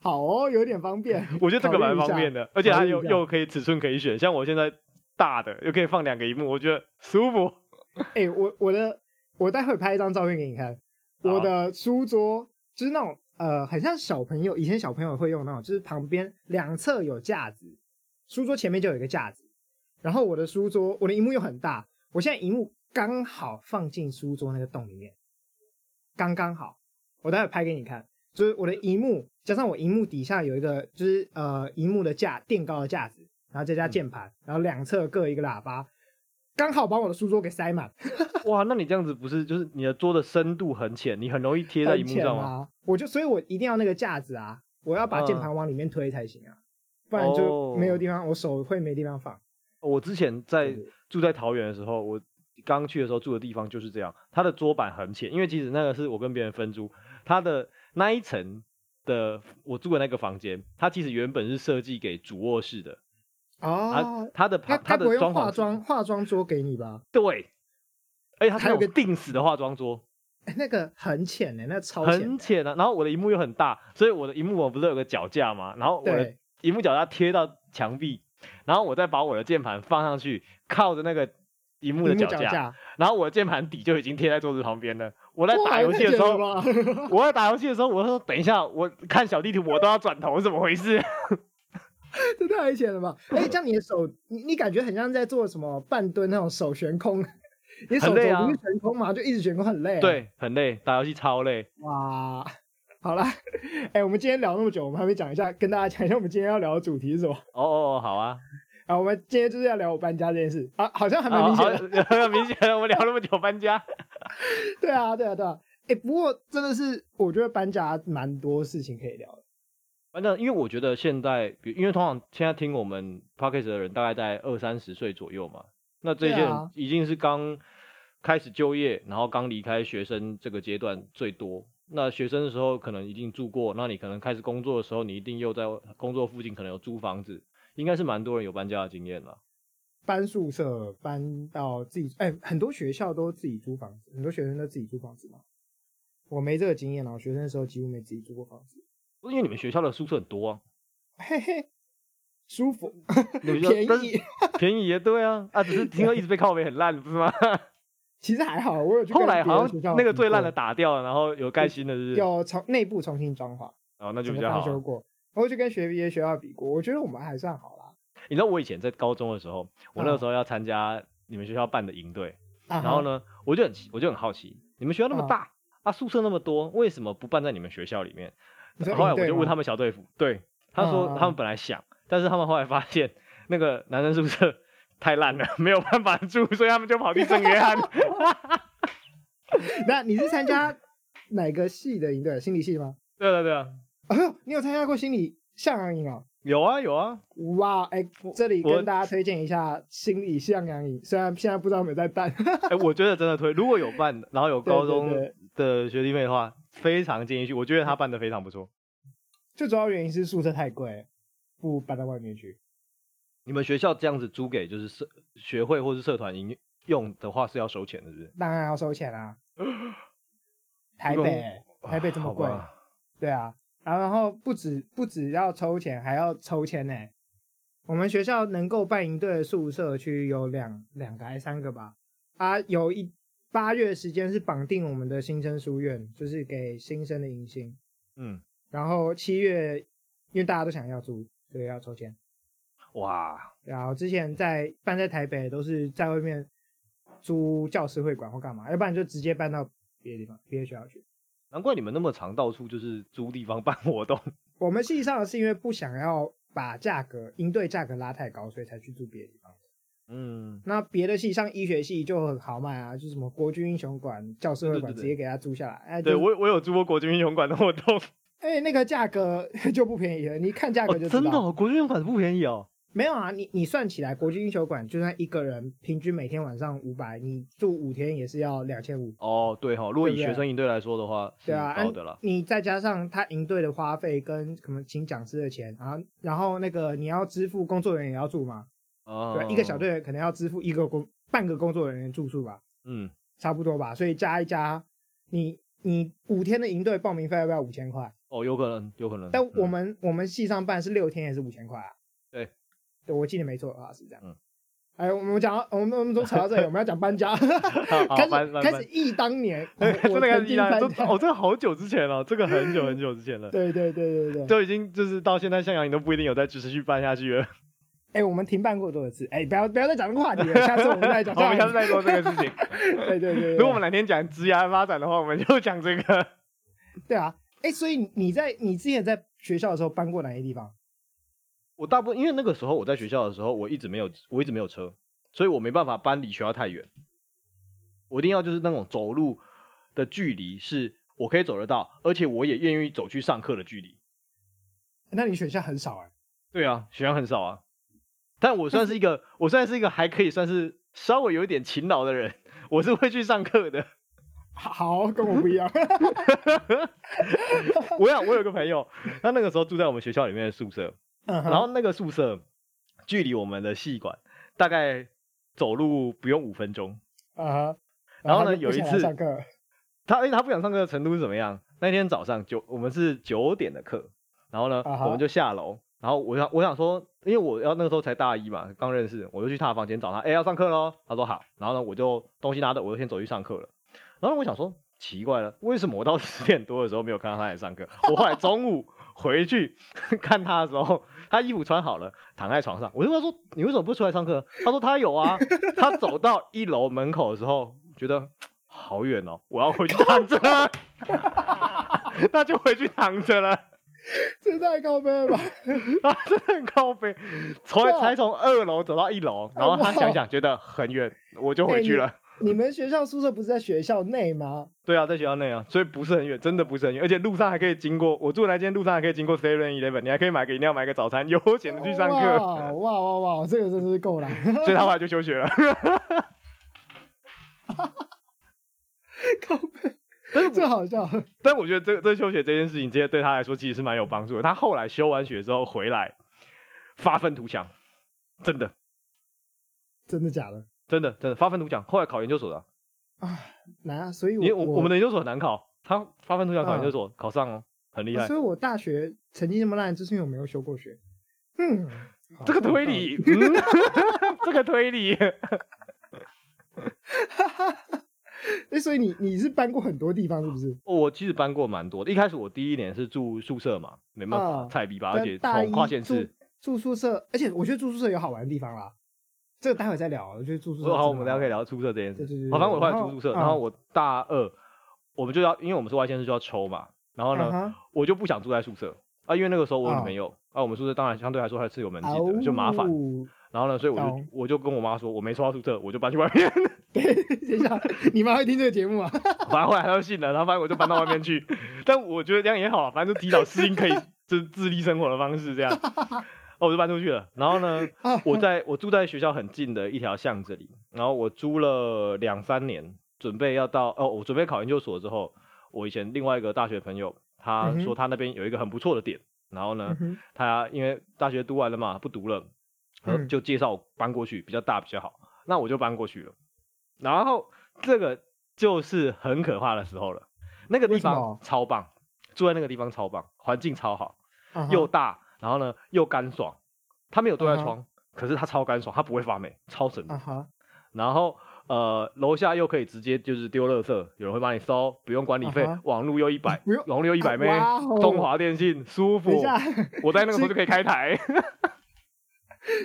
S2: 好哦，有点方便。
S1: 我觉得这个
S2: 考虑
S1: 蛮
S2: 一
S1: 方
S2: 下
S1: 便的，而且
S2: 考
S1: 它
S2: 虑一
S1: 又
S2: 下
S1: 又可以尺寸可以选，像我现在大的又可以放两个荧幕，我觉得舒服。
S2: 哎、我我的我待会拍一张照片给你看。
S1: 好啊
S2: 我的书桌就是那种呃，很像小朋友以前小朋友会用那种，就是旁边两侧有架子，书桌前面就有一个架子。然后我的书桌，我的荧幕又很大，我现在荧幕刚好放进书桌那个洞里面，刚刚好。我待会拍给你看，就是我的荧幕加上我荧幕底下有一个，就是呃荧幕的架垫高的架子，然后再加
S1: 嗯
S2: 键盘，然后两侧各一个喇叭，刚好把我的书桌给塞满。
S1: 哇，那你这样子不是就是你的桌的深度很浅，你很容易贴在
S2: 很
S1: 荧幕
S2: 浅
S1: 上吗？
S2: 啊，我就所以，我一定要那个架子啊，我要把键
S1: 嗯
S2: 盘往里面推才行啊，不然就没有地方，
S1: 哦
S2: 我手会没地方放。
S1: 我之前在
S2: 对
S1: 住在桃园的时候，我刚去的时候住的地方就是这样，它的桌板很浅，因为其实那个是我跟别人分租，它的那一层的我住的那个房间，它其实原本是设计给主卧室的，啊
S2: 哦，，
S1: 它的
S2: 他
S1: 旁它
S2: 他不会
S1: 的装
S2: 用
S1: 潢
S2: 化
S1: 是
S2: 妆化妆桌给你吧？
S1: 对，而且它是
S2: 还有
S1: 那种
S2: 个
S1: 定死的化妆桌，
S2: 哎那个很浅的、那超浅
S1: 很
S2: 的。
S1: 浅啊，然后我的荧幕又很大，所以我的荧幕我不是有个脚架嘛，然后我的
S2: 对，
S1: 荧幕脚架贴到墙壁，然后我再把我的键盘放上去，靠着那个荧幕的
S2: 屏幕
S1: 脚
S2: 脚
S1: 架，
S2: 架，
S1: 然后我的键盘底就已经贴在桌子旁边了。我在
S2: 哇
S1: 打游戏的时候，
S2: 太简单了吧
S1: 我在打游戏的时候，我说等一下，我看小地图我都要转头，怎么回事？
S2: 这太浅了吧？哎，这样你的手，你你感觉很像在做什么半蹲那种手悬空， 你手
S1: 很
S2: 肘
S1: 累啊
S2: 不是悬空嘛，就一直悬空很累、啊。，
S1: 对，很累，打游戏超累。
S2: 哇，好啦，哎、我们今天聊那么久，我们还没讲一下，跟大家讲一下我们今天要聊的主题是什么
S1: 哦哦，哦好啊，
S2: 啊？我们今天就是要聊我搬家这件事啊，好像还蛮
S1: 啊
S2: 明显
S1: 好
S2: 的。
S1: 很明显，我们聊那么久搬家，
S2: 对啊，对啊，对啊。哎、不过真的是，我觉得搬家蛮多事情可以聊的。
S1: 反正因为我觉得现在，比因为通常现在听我们 podcast 的人大概在二三十岁左右嘛，那这些
S2: 对
S1: 人
S2: 啊
S1: 已经是刚开始就业，然后刚离开学生这个阶段最多。那学生的时候可能一定住过，那你可能开始工作的时候，你一定又在工作附近可能有租房子，应该是蛮多人有搬家的经验了。
S2: 搬宿舍，搬到自己，哎、很多学校都自己租房子，很多学生都自己租房子嘛。我没这个经验啊，我学生的时候几乎没自己租过房子。
S1: 因为你们学校的宿舍很多啊，
S2: 嘿嘿，舒服，
S1: 你们学校
S2: 便
S1: 但
S2: 宜
S1: 是。便宜也对啊，啊，只 是听说一直被靠北很烂，不是吗？
S2: 其实还好，我有去跟
S1: 后来
S2: 别的
S1: 好
S2: 学校
S1: 像那个
S2: 比
S1: 最烂
S2: 过
S1: 的打掉了，然后有盖新的，是不是？
S2: 有重内部重新装潢，
S1: 哦，那就
S2: 整
S1: 比
S2: 个
S1: 较好
S2: 翻
S1: 啊。
S2: 修过。我就跟学别的学校比过，我觉得我们还算好啦。
S1: 你知道我以前在高中的时候，我那个
S2: 嗯
S1: 时候要参加你们学校办的营队，
S2: 啊哈
S1: 然后？呢，我就很奇我就很好奇，你们学校那么
S2: 嗯
S1: 大，啊宿舍那么多，为什么不办在你们学校里面？
S2: 你说
S1: 后来
S2: 营队
S1: 我就
S2: 吗
S1: 问他们小队服，对，他
S2: 嗯
S1: 说
S2: 嗯
S1: 他们本来想，但是他们后来发现那个男生宿舍太烂了，没有办法住，所以他们就跑去圣约 翰。
S2: 那你是参加哪个系的营队？心理系吗？
S1: 对对对啊，
S2: 哎呦，你有参加过心理向阳营哦？
S1: 有啊有啊，
S2: 哇，哎、这里
S1: 我
S2: 跟大家推荐一下心理向阳营，虽然现在不知道有没有在办。
S1: 哎、我觉得真的推，如果有办，然后有
S2: 对
S1: 高
S2: 对
S1: 中
S2: 对
S1: 的学弟妹的话，非常建议去，我觉得他办的非常不错。
S2: 最主要原因是宿舍太贵，不搬到外面去。
S1: 你们学校这样子租给就是社学会或是社团营用的话是要收钱的，是不是？
S2: 当然要收 钱啦、台
S1: 这个
S2: 北，台北这么
S1: 好
S2: 贵
S1: 吧
S2: 对啊，然后然后不止不止要抽钱，还要抽签呢。我们学校能够办营队的宿舍区有两两个还是三个吧？啊，有一八月时间是绑定我们的新生书院，就是给新生的迎新。
S1: 嗯，
S2: 然后七月，因为大家都想要住，所以要抽签。
S1: 哇，
S2: 然后之前在搬在台北都是在外面租教师会馆或干嘛，要不然就直接搬到别的地方、别的学校去。
S1: 难怪你们那么常到处就是租地方办活动。
S2: 我们系上是因为不想要把价格应对价格拉太高，所以才去住别的地方。
S1: 嗯，
S2: 那别的系像医学系就很豪迈啊，就是什么国军英雄馆、教师会
S1: 对对
S2: 馆
S1: 对
S2: 直接给他租下来。哎，
S1: 对
S2: 就
S1: 我我有租过国军英雄馆的活 动，
S2: 哎那个价格 就不便宜了，你看价格
S1: 哦，
S2: 就知道。
S1: 真的、哦，国军英雄馆不便宜哦。
S2: 没有啊，你你算起来，国军英雄馆就算一个人平均每天晚上五百，你住五天也是要两千五。
S1: 哦，对哈、哦，如果以
S2: 对不对
S1: 学生营队来说的话，是
S2: 对啊，
S1: 高的啦
S2: 啊。你再加上他营队的花费跟什么请讲师的钱，然后然后那个你要支付工作人员也要住嘛，
S1: 哦
S2: 对，一个小，队可能要支付一个工半个工作人员住宿吧，
S1: 嗯，
S2: 差不多吧，所以加一加，你你五天的营队报名费要不要五千块？
S1: 哦，有可能，有可能。
S2: 但
S1: 嗯
S2: 我们、我们系上办是六天也是五千块啊。
S1: 对，
S2: 对我记得没错的话是这样。
S1: 嗯
S2: 哎，我们讲到我们我们都扯到这里，我们要讲搬 家，
S1: 好好
S2: 开
S1: 翻
S2: 始
S1: 翻
S2: 开
S1: 翻
S2: 始忆当 年，我
S1: 哎真的开始
S2: 曾经
S1: 依赖，
S2: 搬
S1: 这
S2: 家
S1: 哦，这个好久之前了，这个很久很久之前了，
S2: 对对对对对。
S1: 都已经就是到现在向阳，你都不一定有再持续办下 去了。
S2: 哎、我们停办过多少次？哎、不要不要再讲这个话题了，下次我们再讲。
S1: 好，我们下次再说这个 事情。
S2: 对对对对，
S1: 如果我们哪天讲职涯发展的话，我们就讲这个。
S2: 对啊，哎、所以你在你之前在学校的时候搬过哪些地方？
S1: 我大部分因为那个时候我在学校的时候，我一直没有我一直没有车，所以我没办法搬离学校太远。我一定要就是那种走路的距离是我可以走得到，而且我也愿意走去上课的距离。
S2: 那你选项很少哎、
S1: 对啊，学生很少啊，但我算是一个，我算是一个还可以算是稍微有一点勤劳的人，我是会去上课的。
S2: 好，跟我不一样。
S1: 我有我有个朋友，他那个时候住在我们学校里面的宿舍，
S2: 嗯 哼
S1: 然后那个宿舍距离我们的系馆大概走路不用五分钟。
S2: 啊哈，
S1: 然后呢
S2: 他就
S1: 有
S2: 不
S1: 一
S2: 想来
S1: 次
S2: 上课，
S1: 他因为他不想上课的程度是怎么样？那天早上九我们是九点的课，然后呢、
S2: 啊哈
S1: 我们就下楼，然后我想我想说，因为我要那个时候才大一嘛，刚认识，我就去他的房间找他，哎、要上课喽，他说好，然后呢我就东西拿着，我就先走去上课了。然后我想说奇怪了，为什么我到十点多的时候没有看到他来上课？我后来中午回去 看他的时候，他衣服穿好了，躺在床上，我就问他说你为什么不出来上课？他说他有啊，他走到一楼门口的时候，觉得好远哦，我要回去躺 着，那就回去躺着了。
S2: 这太高分了吧？
S1: 啊，真的很靠背，从
S2: 对啊
S1: 才从二楼走到一楼，然后他想想觉得很远，我就回去了。
S2: 你们学校宿舍不是在学校内吗？
S1: 对啊，在学校内啊，所以不是很远，真的不是很远，而且路上还可以经过，我住的那间路上还可以经过 Seven Eleven，你还可以买个饮料，买个早餐，悠闲的去上课，
S2: 哇哇哇哇，这个真是够了，
S1: 所以他后来就休学了。
S2: 高分，
S1: 但是
S2: 这好笑。
S1: 但我觉得这这休学这件事情，这些对他来说其实是蛮有帮助的。他后来休完学之后回来，发愤图强，真的
S2: 真的假的
S1: 真的真的发愤图强，后来考研究所的啊，
S2: 啊？难啊！所以
S1: 因
S2: 我
S1: 为我我们
S2: 的、
S1: 的研究所很难考，他发愤图强考研究所、考上哦，很厉害
S2: 所。以我大学成绩这么烂，就是因为我没有修过学。嗯，好
S1: 这个推，理，嗯，这个推理，
S2: 哎，所以你你是搬过很多地方是不是？
S1: 我其实搬过蛮多的。一开始我第一年是住宿舍嘛，没办法，
S2: 啊
S1: 菜逼吧，而
S2: 但
S1: 且
S2: 大
S1: 从
S2: 一
S1: 跨县
S2: 住
S1: 市。
S2: 住宿舍，而且我觉得住宿舍有好玩的地方啦。这个待会再聊啊，我觉得住宿舍真的
S1: 哦好，我们
S2: 好
S1: 等一下可以
S2: 玩
S1: 聊宿舍这件
S2: 对
S1: 事。
S2: 对对，
S1: 好，反正我后来
S2: 然
S1: 住宿舍，然
S2: 啊
S1: 后我大二，我们就要，因为我们是外县市就要抽嘛，然后呢
S2: 啊，哈
S1: 我就不想住在宿舍啊，因为那个时候我有女朋友、啊，我们宿舍当然相对来说还是有门禁的，就麻烦。
S2: 哦
S1: 然后呢，所以我就、
S2: 懂
S1: 我就跟我妈说，我没抽到宿舍，我就搬去外面。
S2: 等一下，你妈会听这个节目啊？
S1: 反正后来她就信了，然后反正我就搬到外面去。 但我觉得这样也好啊，反正就提早适应可以就是自立生活的方式这样。哦，我就搬出去了。然后呢，
S2: 啊，
S1: 我在我住在学校很近的一条巷子里，然后我租了两三年，准备要到哦，我准备考研究所之后，我以前另外一个大学朋友，他
S2: 嗯哼
S1: 说他那边有一个很不错的点，然后呢
S2: 嗯，哼
S1: 他因为大学读完了嘛，不读了，呃
S2: 嗯
S1: 就介绍我搬过去比较大比较好，那我就搬过去了。然后这个就是很可怕的时候了，那个地
S2: 为什
S1: 方
S2: 么
S1: 超棒，住在那个地方超棒，环境超好，
S2: 啊哈
S1: 又大，然后呢又干爽，它没有对外
S2: 嗯哼
S1: 窗，可是它超干爽，它不会发霉，超神的
S2: 啊。哈，
S1: 然后呃，楼下又可以直接就是丢垃圾，有人会帮你收，不用管理费
S2: 啊哈，
S1: 网路又一百
S2: 不 用，
S1: 网路又一百妹，
S2: 哇哦
S1: 中华电信舒服
S2: 等一，下，
S1: 我在那个时候就可以开台。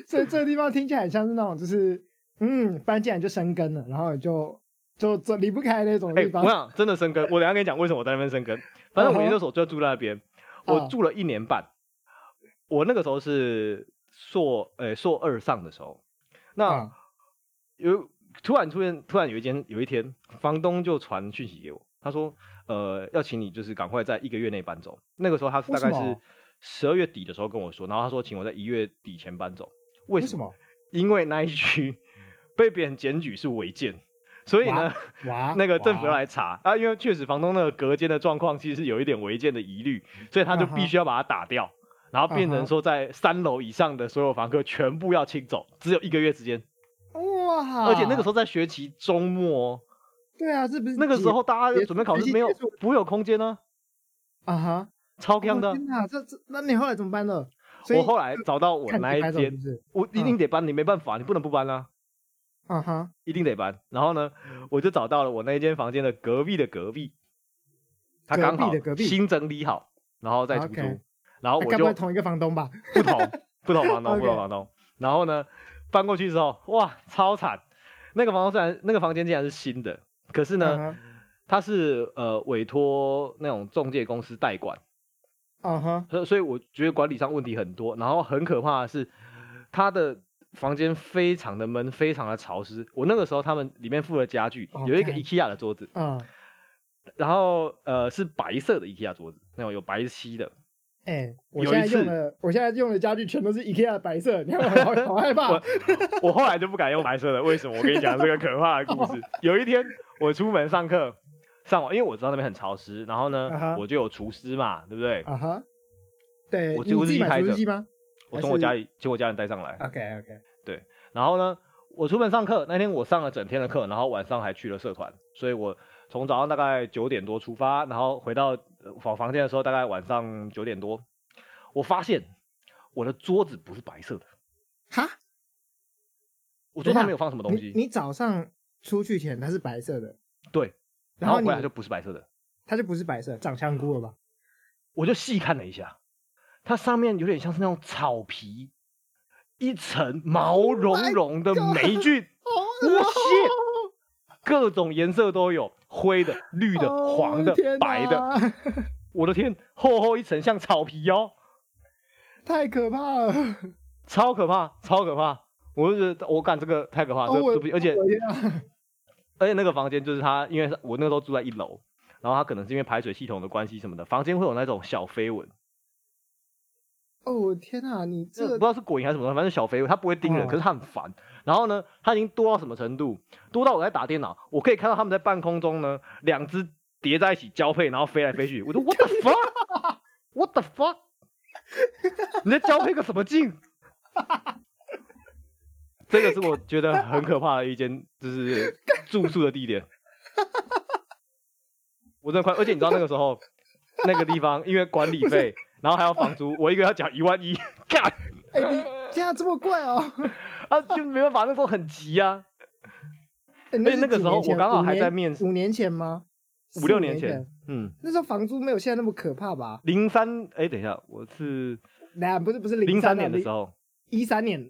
S2: 这这个地方听起来很像是那种，就是嗯，搬进来就生根了，然后你就就这离不开那种
S1: 哎、
S2: 地方
S1: 我。想真的生根，我等一下跟你讲为什么我在那边生根。反正我研究所就住在那边，我
S2: 啊
S1: 住了一年半。我那个时候是硕，呃、硕二上的时候，那
S2: 啊
S1: 有突然出现，突然有一天有一天，房东就传讯息给我，他说，呃，要请你就是赶快在一个月内搬走。那个时候他是大
S2: 为
S1: 概
S2: 什么
S1: 是十二月底的时候跟我说，然后他说请我在一月底前搬走。为
S2: 为
S1: 什
S2: 什
S1: 么？
S2: 么？
S1: 因为那一区 被别人检举是违建，所以呢。
S2: 哇啊哇，
S1: 那个政府要
S2: 哇
S1: 来查啊，因为确实房东那个隔间的状况其实是有一点违建的疑虑，所以他就
S2: 啊哈
S1: 必须要把它打掉，然后变
S2: 啊
S1: 成
S2: 哈
S1: 说在三楼以上的所有房客全部要清走，只有一个月时间，
S2: 哇，
S1: 而且那个时候在学期周末哦，
S2: 对啊，是不是
S1: 那个时
S2: 解
S1: 候大家
S2: 也
S1: 准备考
S2: 也
S1: 试没有
S2: 也是我
S1: 不会有空间呢、
S2: 啊哈？
S1: 超强
S2: 哦
S1: 的。
S2: 天哪，这这，那你后来怎么办呢？所以
S1: 我后来找到我
S2: 看
S1: 那
S2: 你拍嗯
S1: 一
S2: 手
S1: 间
S2: 是，不是
S1: 我一定得搬，你没办法，你不能不搬啊，
S2: 啊哈，
S1: 一定得搬。然后呢，我就找到了我那一间房间的隔壁的隔壁，他
S2: 隔
S1: 刚
S2: 壁
S1: 好
S2: 的隔壁啊
S1: 新整理好，然后再出租
S2: OK。
S1: 然后
S2: 那
S1: 我
S2: 啊该不
S1: 就
S2: 会同一个房东吧？
S1: 不同不同房东，不
S2: OK
S1: 同房东。然后呢，搬过去之后，哇，超惨！那个房东虽然那个房间竟然是新的，可是呢，
S2: 啊
S1: 他是呃委托那种中介公司代管，
S2: 哈，啊哈，
S1: 所以所以我觉得管理上问题很多。然后很可怕的是，他的房间非常的闷，非常的潮湿。我那个时候他们里面附了家具，
S2: 哦
S1: 有一个
S2: 干
S1: IKEA 的桌子，
S2: 啊，
S1: 然后呃是白色的 IKEA 桌子，那种有白漆的。
S2: 哎，我
S1: 有
S2: 现在
S1: 一
S2: 用
S1: 次
S2: 的，我现在用的家具全都是 IKEA 的白色，你看我好好害怕
S1: 我我后来就不敢用白色的，为什么？我跟你讲这个可怕的故事。有一天我出门上课，上网，因为我知道那边很潮湿，然后呢
S2: 啊哈
S1: 我就有除湿嘛，对不对？
S2: 啊哈。对，
S1: 我
S2: 你
S1: 几乎
S2: 自
S1: 是
S2: 己
S1: 一
S2: 买
S1: 开
S2: 除湿
S1: 的
S2: 机吗
S1: 我从我家里请我家人带上来，
S2: ？OK OK，
S1: 然后呢，我出门上课那天我上了整天的课，然后晚上还去了社团，所以我从早上大概九点多出发，然后回到呃房房间的时候大概晚上九点多，我发现我的桌子不是白色的，
S2: 哈，
S1: 我
S2: 等
S1: 桌
S2: 一下
S1: 上没有放什么东
S2: 你
S1: 西，
S2: 你早上出去前它是白色的，
S1: 对，
S2: 然
S1: 然后
S2: 你
S1: 回来就不是白色的，
S2: 它就不是白色，长香菇了吧？
S1: 我就细看了一下，它上面有点像是那种草皮，一层毛茸茸的霉菌，
S2: 哦，
S1: 我谢，各种颜色都有，灰的、绿的、
S2: 哦
S1: 黄的、白的。
S2: 的，
S1: 我的天，厚厚一层像草皮哦，
S2: 太可怕了！
S1: 啊超可怕，超可怕！我就觉得我干这个太可怕，这
S2: 哦我
S1: 对不起，而且
S2: 我的天啊
S1: 而且那个房间就是它，因为是我那个时候住在一楼，然后它可能是因为排水系统的关系什么的，房间会有那种小飞蚊，
S2: 哦，我的天啊，你
S1: 这
S2: 这
S1: 不知
S2: 个
S1: 道是果蝇还是什么，反正小肥，它不会叮人，
S2: 嗯
S1: 可是它很烦。然后呢，它已经多到什么程度？多到我在打电脑，我可以看到它们在半空中呢，两只叠在一起交配，然后飞来飞去。我说 What the fuck？What the fuck？你在交配个什么劲？ 这个是我觉得很可怕的一间，就是住宿的地点。我真的快，而且你知道那个时候，那个地方因为管理费，然后还有房租，我一个要缴一万一， 干
S2: 哎，你这样这么怪哦！
S1: 啊，就没办法，那时候很急啊，
S2: 哎
S1: 而且那
S2: 是
S1: 个
S2: 几
S1: 时候
S2: 年前
S1: 我刚好
S2: 五
S1: 还
S2: 年
S1: 在面试
S2: 五年前吗？四
S1: 五六
S2: 年
S1: 年前，，嗯，
S2: 那时候房租没有现在那么可怕吧？
S1: 零三，哎，等一下，我是
S2: 那不是不是
S1: 零
S2: 三啊
S1: 三年的时
S2: 候，
S1: 候，
S2: 一三年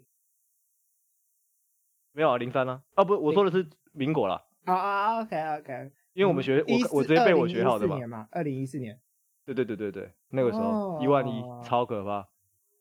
S1: 没有啊，零三啊，啊不，我说的是民国啦，
S2: 啊啊，OK OK，
S1: 因为我们学我我直接被我学好的嘛，
S2: 嘛，二零一四年
S1: 对对对对对，那个时候一万一
S2: 哦
S1: 超可怕，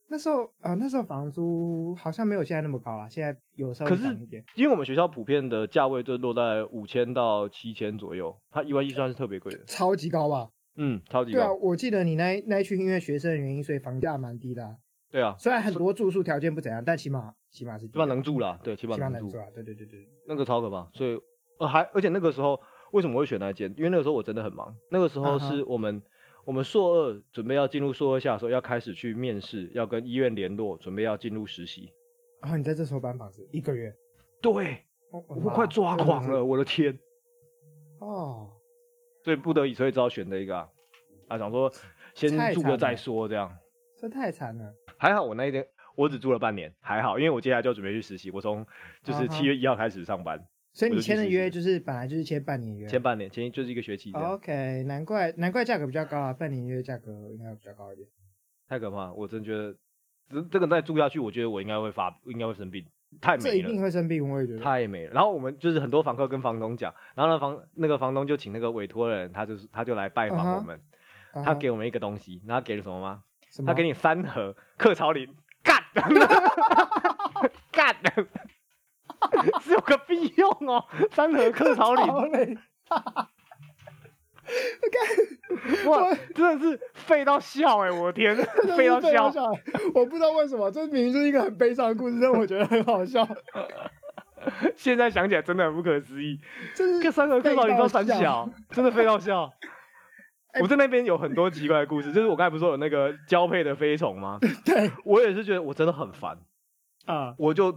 S2: 那时候啊，那时候房租好像没有现在那么高啦，现在有时候
S1: 可是
S2: 涨一点。
S1: 因为我们学校普遍的价位就落在五千到七千左右，它一万一算是特别贵的，
S2: 超级高吧？
S1: 嗯，超级
S2: 对啊，
S1: 高，
S2: 我记得你那一那一群因为学生的原因，所以房价蛮低的、啊。
S1: 对啊，
S2: 虽然很多住宿条件不怎样，但起码起码
S1: 起
S2: 是
S1: 码
S2: 低的啊
S1: 能住啦，对，起码
S2: 起码
S1: 能
S2: 能
S1: 住
S2: 住，啊！对对对对，
S1: 那个超可怕，所以呃还而且那个时候为什么会选那间？因为那个时候我真的很忙，那个时候
S2: 啊哈
S1: 是我们、我们硕二准备要进入硕二下的时候，要开始去面试，要跟医院联络，准备要进入实习。
S2: 然啊后你在这时候搬房子一个月，
S1: 对，
S2: 哦
S1: 我快抓狂！
S2: 哇
S1: 了，我的天！
S2: 哦，
S1: 所以不得已所以只好选的一个啊，啊想说
S2: 太
S1: 先住
S2: 惨
S1: 个再
S2: 了
S1: 说这样。
S2: 这太惨了。
S1: 还好我那一天我只住了半年，还好，因为我接下来就要准备去实习，我从就是
S2: 啊哈
S1: 七月一号开始上班，
S2: 所以
S1: 我
S2: 你
S1: 就去
S2: 签的
S1: 试试
S2: 约就是本来就是签半年约。哦
S1: 前半年前就是一个学期这样，
S2: OK，难怪难怪价格比较高啊，半年约价格应该比较高一点。
S1: 太可怕了！我真觉得这这个再住下去，我觉得我应该会发，应该会生病，太
S2: 这一
S1: 美
S2: 定
S1: 了，
S2: 会生病，我也觉得。啊
S1: 太美了。然后我们就是很多房客跟房东讲，然后呢房那个房东就请那个委托人，他就是他就来拜
S2: 嗯哼
S1: 访我们，
S2: 啊
S1: 他给我们一个东西，然后他给了什么吗？
S2: 什么？哦
S1: 他给你三盒克曹林，干 干， 是有个屁用哦！三盒克曹林，
S2: 好嘞。
S1: 哇，真的是废到笑哎、我的天，
S2: 真的是
S1: 废到
S2: 被
S1: 笑
S2: 我。笑欸我不知道为什么，这明明就是一个很悲伤的故事，但我觉得很好笑。
S1: 现在想起来真的很不可思议。
S2: 就是
S1: 这三个
S2: 废
S1: 课到底
S2: 到
S1: 都三
S2: 笑
S1: 小， 真的非到笑。
S2: 哎
S1: 我在那边有很多奇怪的故事，就是我刚才不是说有那个交配的飞虫吗？
S2: 对
S1: 我也是觉得我真的很烦，
S2: 啊，
S1: 我就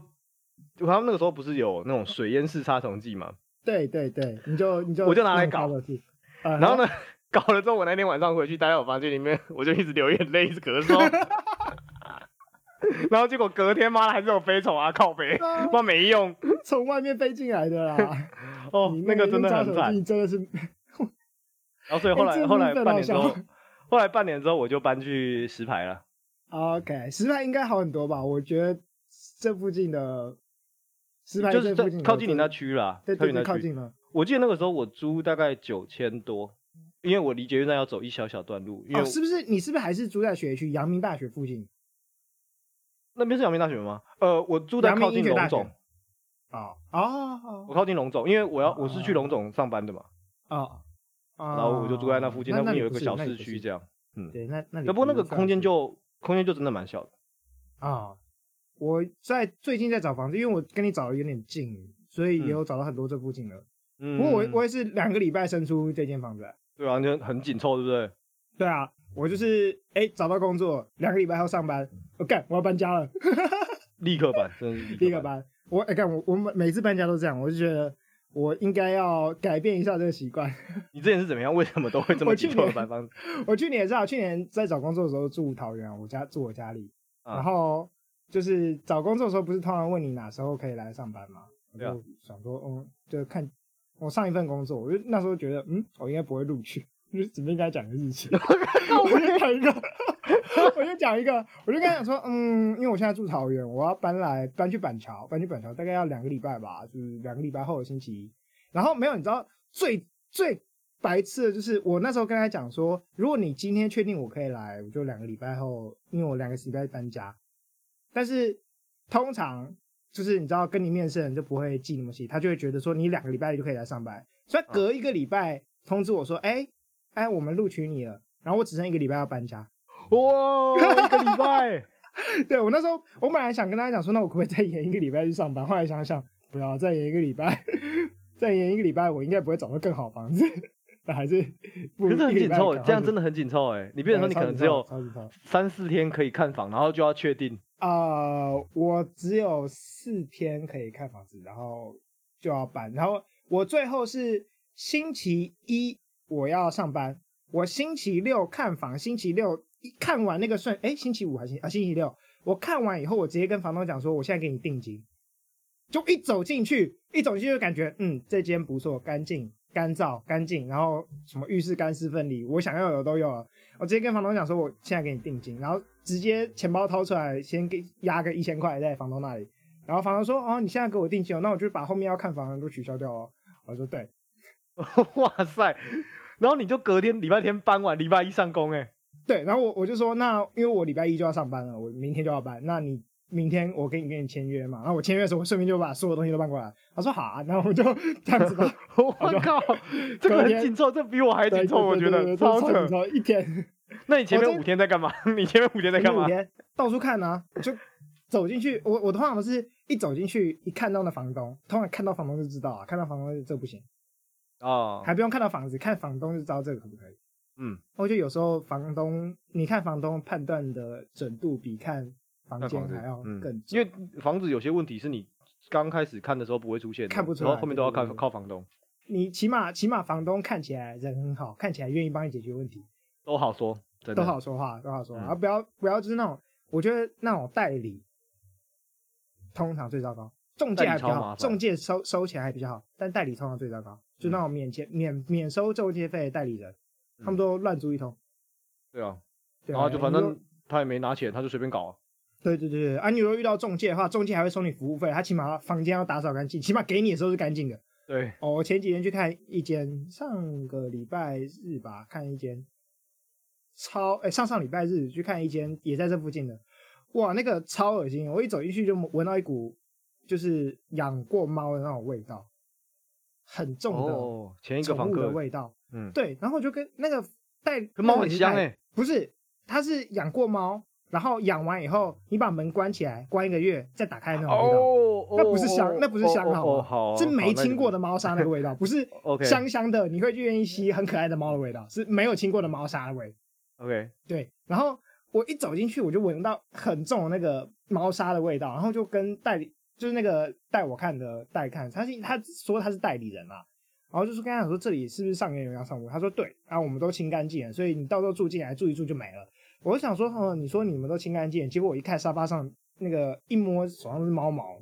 S1: 我他们那个时候不是有那种水淹式杀虫剂嘛，
S2: 对对对，你就你就
S1: 我就拿来搞
S2: 过去。然
S1: 然后？呢， 搞了之后，我那天晚上回去待在我房间里面，我就一直流眼泪，一直咳嗽。 然后结果隔天妈的还是有飞虫啊，靠北，
S2: 啊
S1: 妈没用
S2: 从外面飞进来的啦，
S1: 哦
S2: 你，
S1: 那个真的
S2: 用
S1: 很
S2: 招手
S1: 惨。
S2: 机真的是
S1: 然后所以后
S2: 哎
S1: 来
S2: 这个
S1: 后来
S2: 真的
S1: 半
S2: 好
S1: 年之后
S2: 笑，
S1: 后来半年之后我就搬去石牌了。
S2: OK，石牌应该好很多吧？我觉得这附近的石牌
S1: 就是
S2: 这
S1: 在
S2: 附近的
S1: 靠近你那
S2: 真的，
S1: 区啦，
S2: 对
S1: 靠近
S2: 对
S1: 你
S2: 对，
S1: 那
S2: 靠
S1: 区。
S2: 近了。
S1: 我记得那个时候我租大概九千多，因为我离捷运站要走一小小段路，因为
S2: 哦，是不是你是不是还是住在学区阳明大学附近？
S1: 那边是阳明大学吗？呃，我住在
S2: 阳明
S1: 靠
S2: 医
S1: 近
S2: 学大
S1: 龙
S2: 学
S1: 总，
S2: 哦哦
S1: 我靠近龙总，因为我要我是去龙总上班的嘛，
S2: 哦哦，然
S1: 然后我就住在那附近，
S2: 那
S1: 附近有一
S2: 不
S1: 个
S2: 是
S1: 小
S2: 那你
S1: 市
S2: 不
S1: 区
S2: 是
S1: 这样。嗯，
S2: 对，那那里
S1: 那不过那个空间
S2: 就
S1: 就空间就真的蛮小的。
S2: 啊、我在最近在找房子，因为我跟你找的有点近，所以也有找到很多这附近的。
S1: 嗯，
S2: 不过我我也是两个礼拜生出这间房子来。
S1: 对啊，就很紧凑，对不对？
S2: 对啊，我就是哎、找到工作，两个礼拜后上班，我、干我要搬家了，
S1: 立刻版，真的是
S2: 第一
S1: 立
S2: 个
S1: 刻版。
S2: 搬，我哎干、我我每每次搬家都这样，我就觉得我应该要改变一下这个习惯。
S1: 你之前是怎么样？为什么都会这么
S2: 我去
S1: 紧凑的
S2: 年
S1: 搬房子？
S2: 我去年也知啊道，去年在找工作的时候住桃园啊，我家住我家里，
S1: 啊
S2: 然后就是找工作的时候不是通常问你哪时候可以来上班吗？我
S1: 对啊
S2: 就想说，嗯，就看我上一份工作，我就那时候觉得，嗯，我应该不会录取，就是准备跟他讲个 日期，我就讲一个，我就讲一个，我就跟他讲说，嗯，因为我现在住桃园，我要搬来搬去板桥，搬去板桥大概要两个礼拜吧，就是两个礼拜后的星期一。然后没有，你知道最最白痴的就是我那时候跟他讲说，如果你今天确定我可以来，我就两个礼拜后，因为我两个礼拜搬家。但是通常就是你知道，跟你面试的人就不会记那么细，他就会觉得说你两个礼拜就可以来上班，所
S1: 嗯
S2: 以他隔一个礼拜通知我说，哎哎，我们录取你了。然后我只剩一个礼拜要搬家，
S1: 哇，一个礼拜，
S2: 对我那时候，我本来想跟大家讲说，那我可不可以再延一个礼拜去上班？后来想想，不要再延一个礼拜，再延一个礼拜，我应该不会找到更好房子， 那还是不
S1: 可是很紧凑，这样真
S2: 的。
S1: 的很紧凑哎。你变成说你可能只有
S2: 超级超级超
S1: 三四天可以看房，然后就要确定。
S2: 啊、我只有四天可以看房子，然后就要搬，然后我最后是星期一我要上班，我星期六看房，星期六一看完那个顺，哎，星期五还是啊星期六，我看完以后，我直接跟房东讲说，我现在给你定金，就一走进去，一走进去就感觉，嗯，这间不错，干净、干燥、干净，然后什么浴室干湿分离，我想要有都有了。我直接跟房东讲说，我现在给你定金，然后直接钱包掏出来，先给压个一千块在房东那里，然后房东说，哦，你现在给我定金哦，那我就把后面要看房的都取消掉哦。我说对，
S1: 哇塞！然后你就隔天礼拜天搬完，礼拜一上工哎、
S2: 对，然后我我就说，那因为我礼拜一就要上班了，我明天就要搬，那你明天我给你跟你签约嘛，然后我签约的时候，我顺便就把所有东西都搬过来。他说好、啊，那我们就这样子吧。
S1: 我靠，这个
S2: 隔
S1: 很
S2: 天
S1: 紧凑，这比我还紧
S2: 对
S1: 凑，我觉
S2: 对对
S1: 得
S2: 对对
S1: 超
S2: 超
S1: 扯
S2: 紧。凑一天
S1: 那你前
S2: 我
S1: 面
S2: 真
S1: 五天在干嘛？ 你前面五天在干
S2: 五
S1: 嘛？
S2: 天到处看啊，就走进去，我我通常是一走进去，一看到那房东，通常看到房东就知道啊，看到房东就这不行，
S1: 哦，
S2: 还不用看到房子，看房东就知道这个可不可以。
S1: 嗯，
S2: 我觉得有时候房东，你看房东判断的准度比看房
S1: 那
S2: 间
S1: 房子
S2: 还要更
S1: 嗯
S2: 准，，
S1: 因为房子有些问题是你刚开始看的时候不会出现的，
S2: 看不出
S1: 然后
S2: 来
S1: 后面
S2: 对
S1: 都要
S2: 对
S1: 靠
S2: 对
S1: 靠房东，
S2: 你起码起码房东看起来人很好，看起来愿意帮你解决问题，
S1: 都好说，真的
S2: 都好说话，都好说话，
S1: 嗯
S2: 啊不要不要就是那种，我觉得那种代理通常最糟糕，中
S1: 代
S2: 介
S1: 理
S2: 还比较
S1: 超麻
S2: 好，
S1: 烦嗯
S2: 中介收收钱还比较好，但代理通常最糟糕，就那种免钱免免收中介费的代理人，他们
S1: 嗯
S2: 都乱租一通，
S1: 对啊，
S2: 对
S1: 然后就反
S2: 你如果
S1: 正他也没拿钱，他就随便搞啊。
S2: 对对对对，啊，你如果遇到中介的话，中介还会收你服务费，他起码房间要打扫干净，起码给你的时候是干净的。
S1: 对，
S2: 哦，我前几天去看一间，上个礼拜日吧，看一间超，哎，上上礼拜日去看一间，也在这附近的，哇，那个超恶心，我一走进去就闻到一股就是养过猫的那种味道，很重的
S1: 哦，前一个
S2: 宠
S1: 房
S2: 物的
S1: 客，
S2: 味道。
S1: 嗯，
S2: 对，然后我就跟那个带
S1: 可猫很香哎、
S2: 哎。不是，它是养过猫，然后养完以后，你把门关起来，关一个月，再打开那种味道，
S1: 哦，
S2: 那不是香
S1: 哦
S2: 那不是香好吗
S1: 哦哦好啊，
S2: 是
S1: 好
S2: 没亲过的。猫砂那个味道，不是
S1: OK
S2: 香香的，你会去愿意吸很可爱的猫的味道，是没有亲过的猫砂的味。
S1: 那你 OK，
S2: 对，然后我一走进去，我就闻到很重的那个猫砂的味道，然后就跟代理就是那个带我看的带看，他是他说他是代理人啦，然后就是跟他讲说这里是不是上元有要上过，他说对，啊我们都清干净了，所以你到时候住进来住一住就没了。我就想说，哦，你说你们都清干净了，结果我一看沙发上那个一摸手上都是猫毛，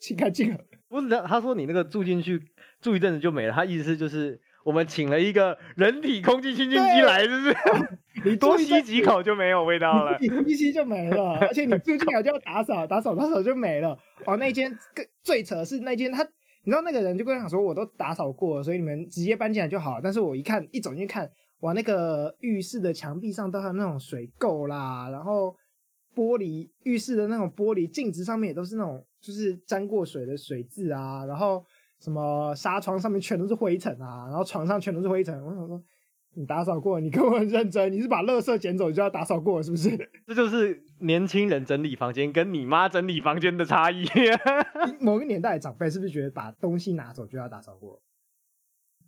S2: 清干净了。
S1: 不是，他说你那个住进去住一阵子就没了，他意思就是我们请了一个人体空气清净机
S2: 对
S1: 来，是 不是？
S2: 你
S1: 多
S2: 住一
S1: 吸
S2: 阵
S1: 几口就没有味道了。
S2: 你呼吸就没了，而且你住进来就要打扫，打扫打扫就没了。哦，那间更最扯的是那间他，你知道那个人就跟我讲说，我都打扫过了，所以你们直接搬进来就好。但是我一看，一走进去看，哇，那个浴室的墙壁上都还有那种水垢啦，然后玻璃浴室的那种玻璃镜子上面也都是那种就是沾过水的水渍啊，然后什么纱窗上面全都是灰尘啊，然后床上全都是灰尘。我想说。你打扫过，你跟我很认真，你是把垃圾捡走，你就要打扫过了，是不是？
S1: 这就是年轻人整理房间跟你妈整理房间的差异。
S2: 某个年代的长辈是不是觉得把东西拿走就要打扫过？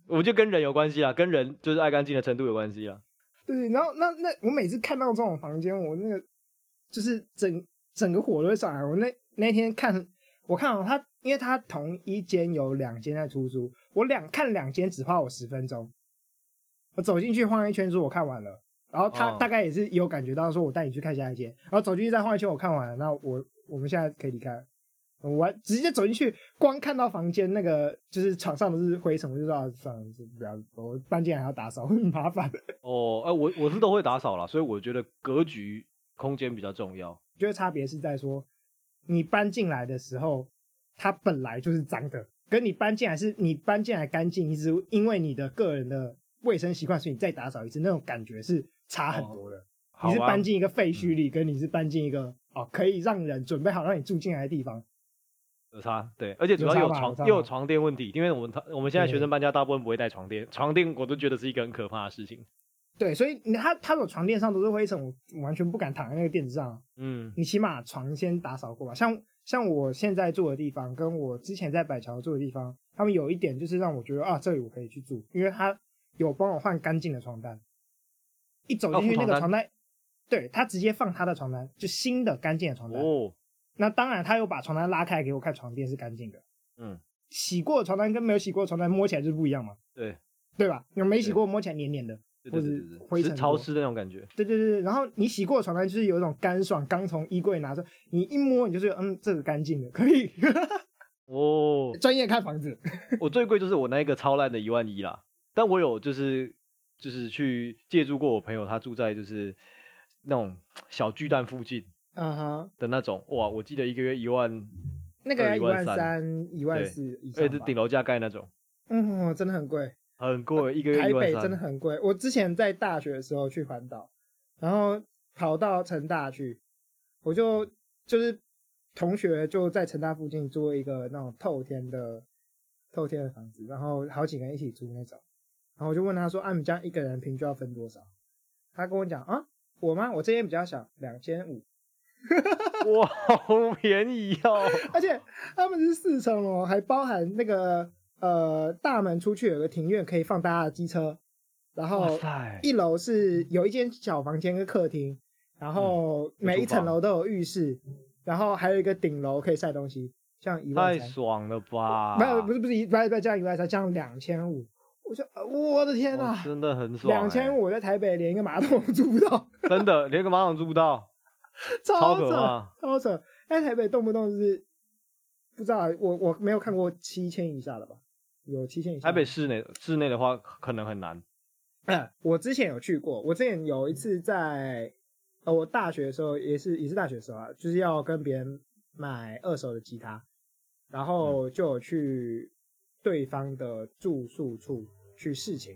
S1: 我就跟人有关系啦，跟人就是爱干净的程度有关系啊啦。
S2: 对，然后那那我每次看到这种房间，我那个就是整整个火都会上来。我那那天看，我看啊，他因为他同一间有两间在出租，我两看两间只花我十分钟，我走进去晃一圈，说我看完了。然后他
S1: 哦
S2: 大概也是有感觉到，说我带你去看下一间，然后走进去再晃一圈，我看完了，那我我们现在可以离开了。我直接走进去，光看到房间那个就是床上都是灰尘，我就知道算了，就不要我搬进来还要打扫， 很麻烦。
S1: 哦，哎、我我是都会打扫啦，所以我觉得格局空间比较重要。
S2: 我觉得差别是在说，你搬进来的时候，它本来就是脏的，跟你搬进来是你搬进来干净，你只是因为你的个人的卫生习惯，所以你再打扫一次，那种感觉是差很多的。
S1: 好
S2: 你是
S1: 啊
S2: 搬进一个废墟里，跟你是搬进一个哦可以让人准备好让你住进来的地方，
S1: 有差，对，而且主
S2: 有
S1: 要有
S2: 差吧有
S1: 床
S2: 差
S1: 又有
S2: 吧
S1: 床垫问题，因为我们我们现在学
S2: 对
S1: 生搬家大部分不会带床垫，床垫我都觉得是一个很可怕的事情。
S2: 对，所以你它它有床垫上都是灰尘，我我完全不敢躺在那个垫子上啊。
S1: 嗯，
S2: 你起码床先打扫过吧。像像我现在住的地方，跟我之前在板桥住的地方，他们有一点就是让我觉得啊，这里我可以去住，因为他有帮我换干净的床单。一走进去
S1: 哦
S2: 那
S1: 换
S2: 个
S1: 床
S2: 床单，对他直接放他的床单，就新的干净的床单。
S1: 哦，
S2: 那当然，他又把床单拉开给我看，床垫是干净的。
S1: 嗯，
S2: 洗过的床单跟没有洗过的床单摸起来就是不一样嘛，
S1: 对，
S2: 对吧？你没洗过摸起来黏黏的，
S1: 对
S2: 或
S1: 对对
S2: 是
S1: 对
S2: 灰
S1: 对，是
S2: 尘
S1: 潮
S2: 多
S1: 湿的那种感觉。
S2: 对对对，对然后你洗过的床单就是有一种干爽，刚从衣柜拿出，你一摸你就觉得嗯，这个干净的，可以。
S1: 哦，
S2: 专业看房子，
S1: 我最贵就是我那一个超烂的一万一啦，但我有就是就是去借住过我朋友，他住在就是那种小巨蛋附近
S2: 嗯哼，
S1: 的那种，哇，我记得一个月一万，
S2: 那个要一万
S1: 13000
S2: 三、一万四以
S1: 哎，
S2: 上
S1: 这
S2: 吧
S1: 顶楼加盖那种，
S2: 嗯，真的很贵。
S1: 很贵，一个月
S2: 呃台
S1: 一万
S2: 北真的
S1: 三，
S2: 很贵。我之前在大学的时候去环岛，然后跑到成大去，我就就是同学就在成大附近租了一个那种透天的透天的房子，然后好几个人一起租那种。然后我就问他说：“啊，你们家一个人平均要分多少？”他跟我讲：“啊，我吗？我这边比较小，两千五。
S1: 哇，好便宜哦，
S2: 而且他们是四层楼，还包含那个呃大门出去有个庭院，可以放大家的机车。然
S1: 哇
S2: 后
S1: 塞，
S2: 哦一楼是有一间小房间跟客厅，然
S1: 嗯
S2: 后每一层楼都有浴室，然后还有一个顶楼可以晒东西，这样一万
S1: 太
S2: 三，
S1: 爽了吧？
S2: 没有不是不是一不是不是这样一万三，这样两千五，我说呃我的天
S1: 哇
S2: 呐，
S1: 真的很爽，欸
S2: 两千，五我在台北连一个马桶都租不到，
S1: 真的连个马桶租不到，超
S2: 超
S1: 可
S2: 扯
S1: 怕，
S2: 超扯，在台北动不动就是不知道啊我我没有看过七千以下的吧，有七千以下
S1: 台
S2: 吗，
S1: 北市内市内的话可能很难，
S2: 呃，我之前有去过，我之前有一次在，呃，我大学的时候也是也是大学的时候啊，就是要跟别人买二手的吉他，然后就有去对方的住宿处去试琴，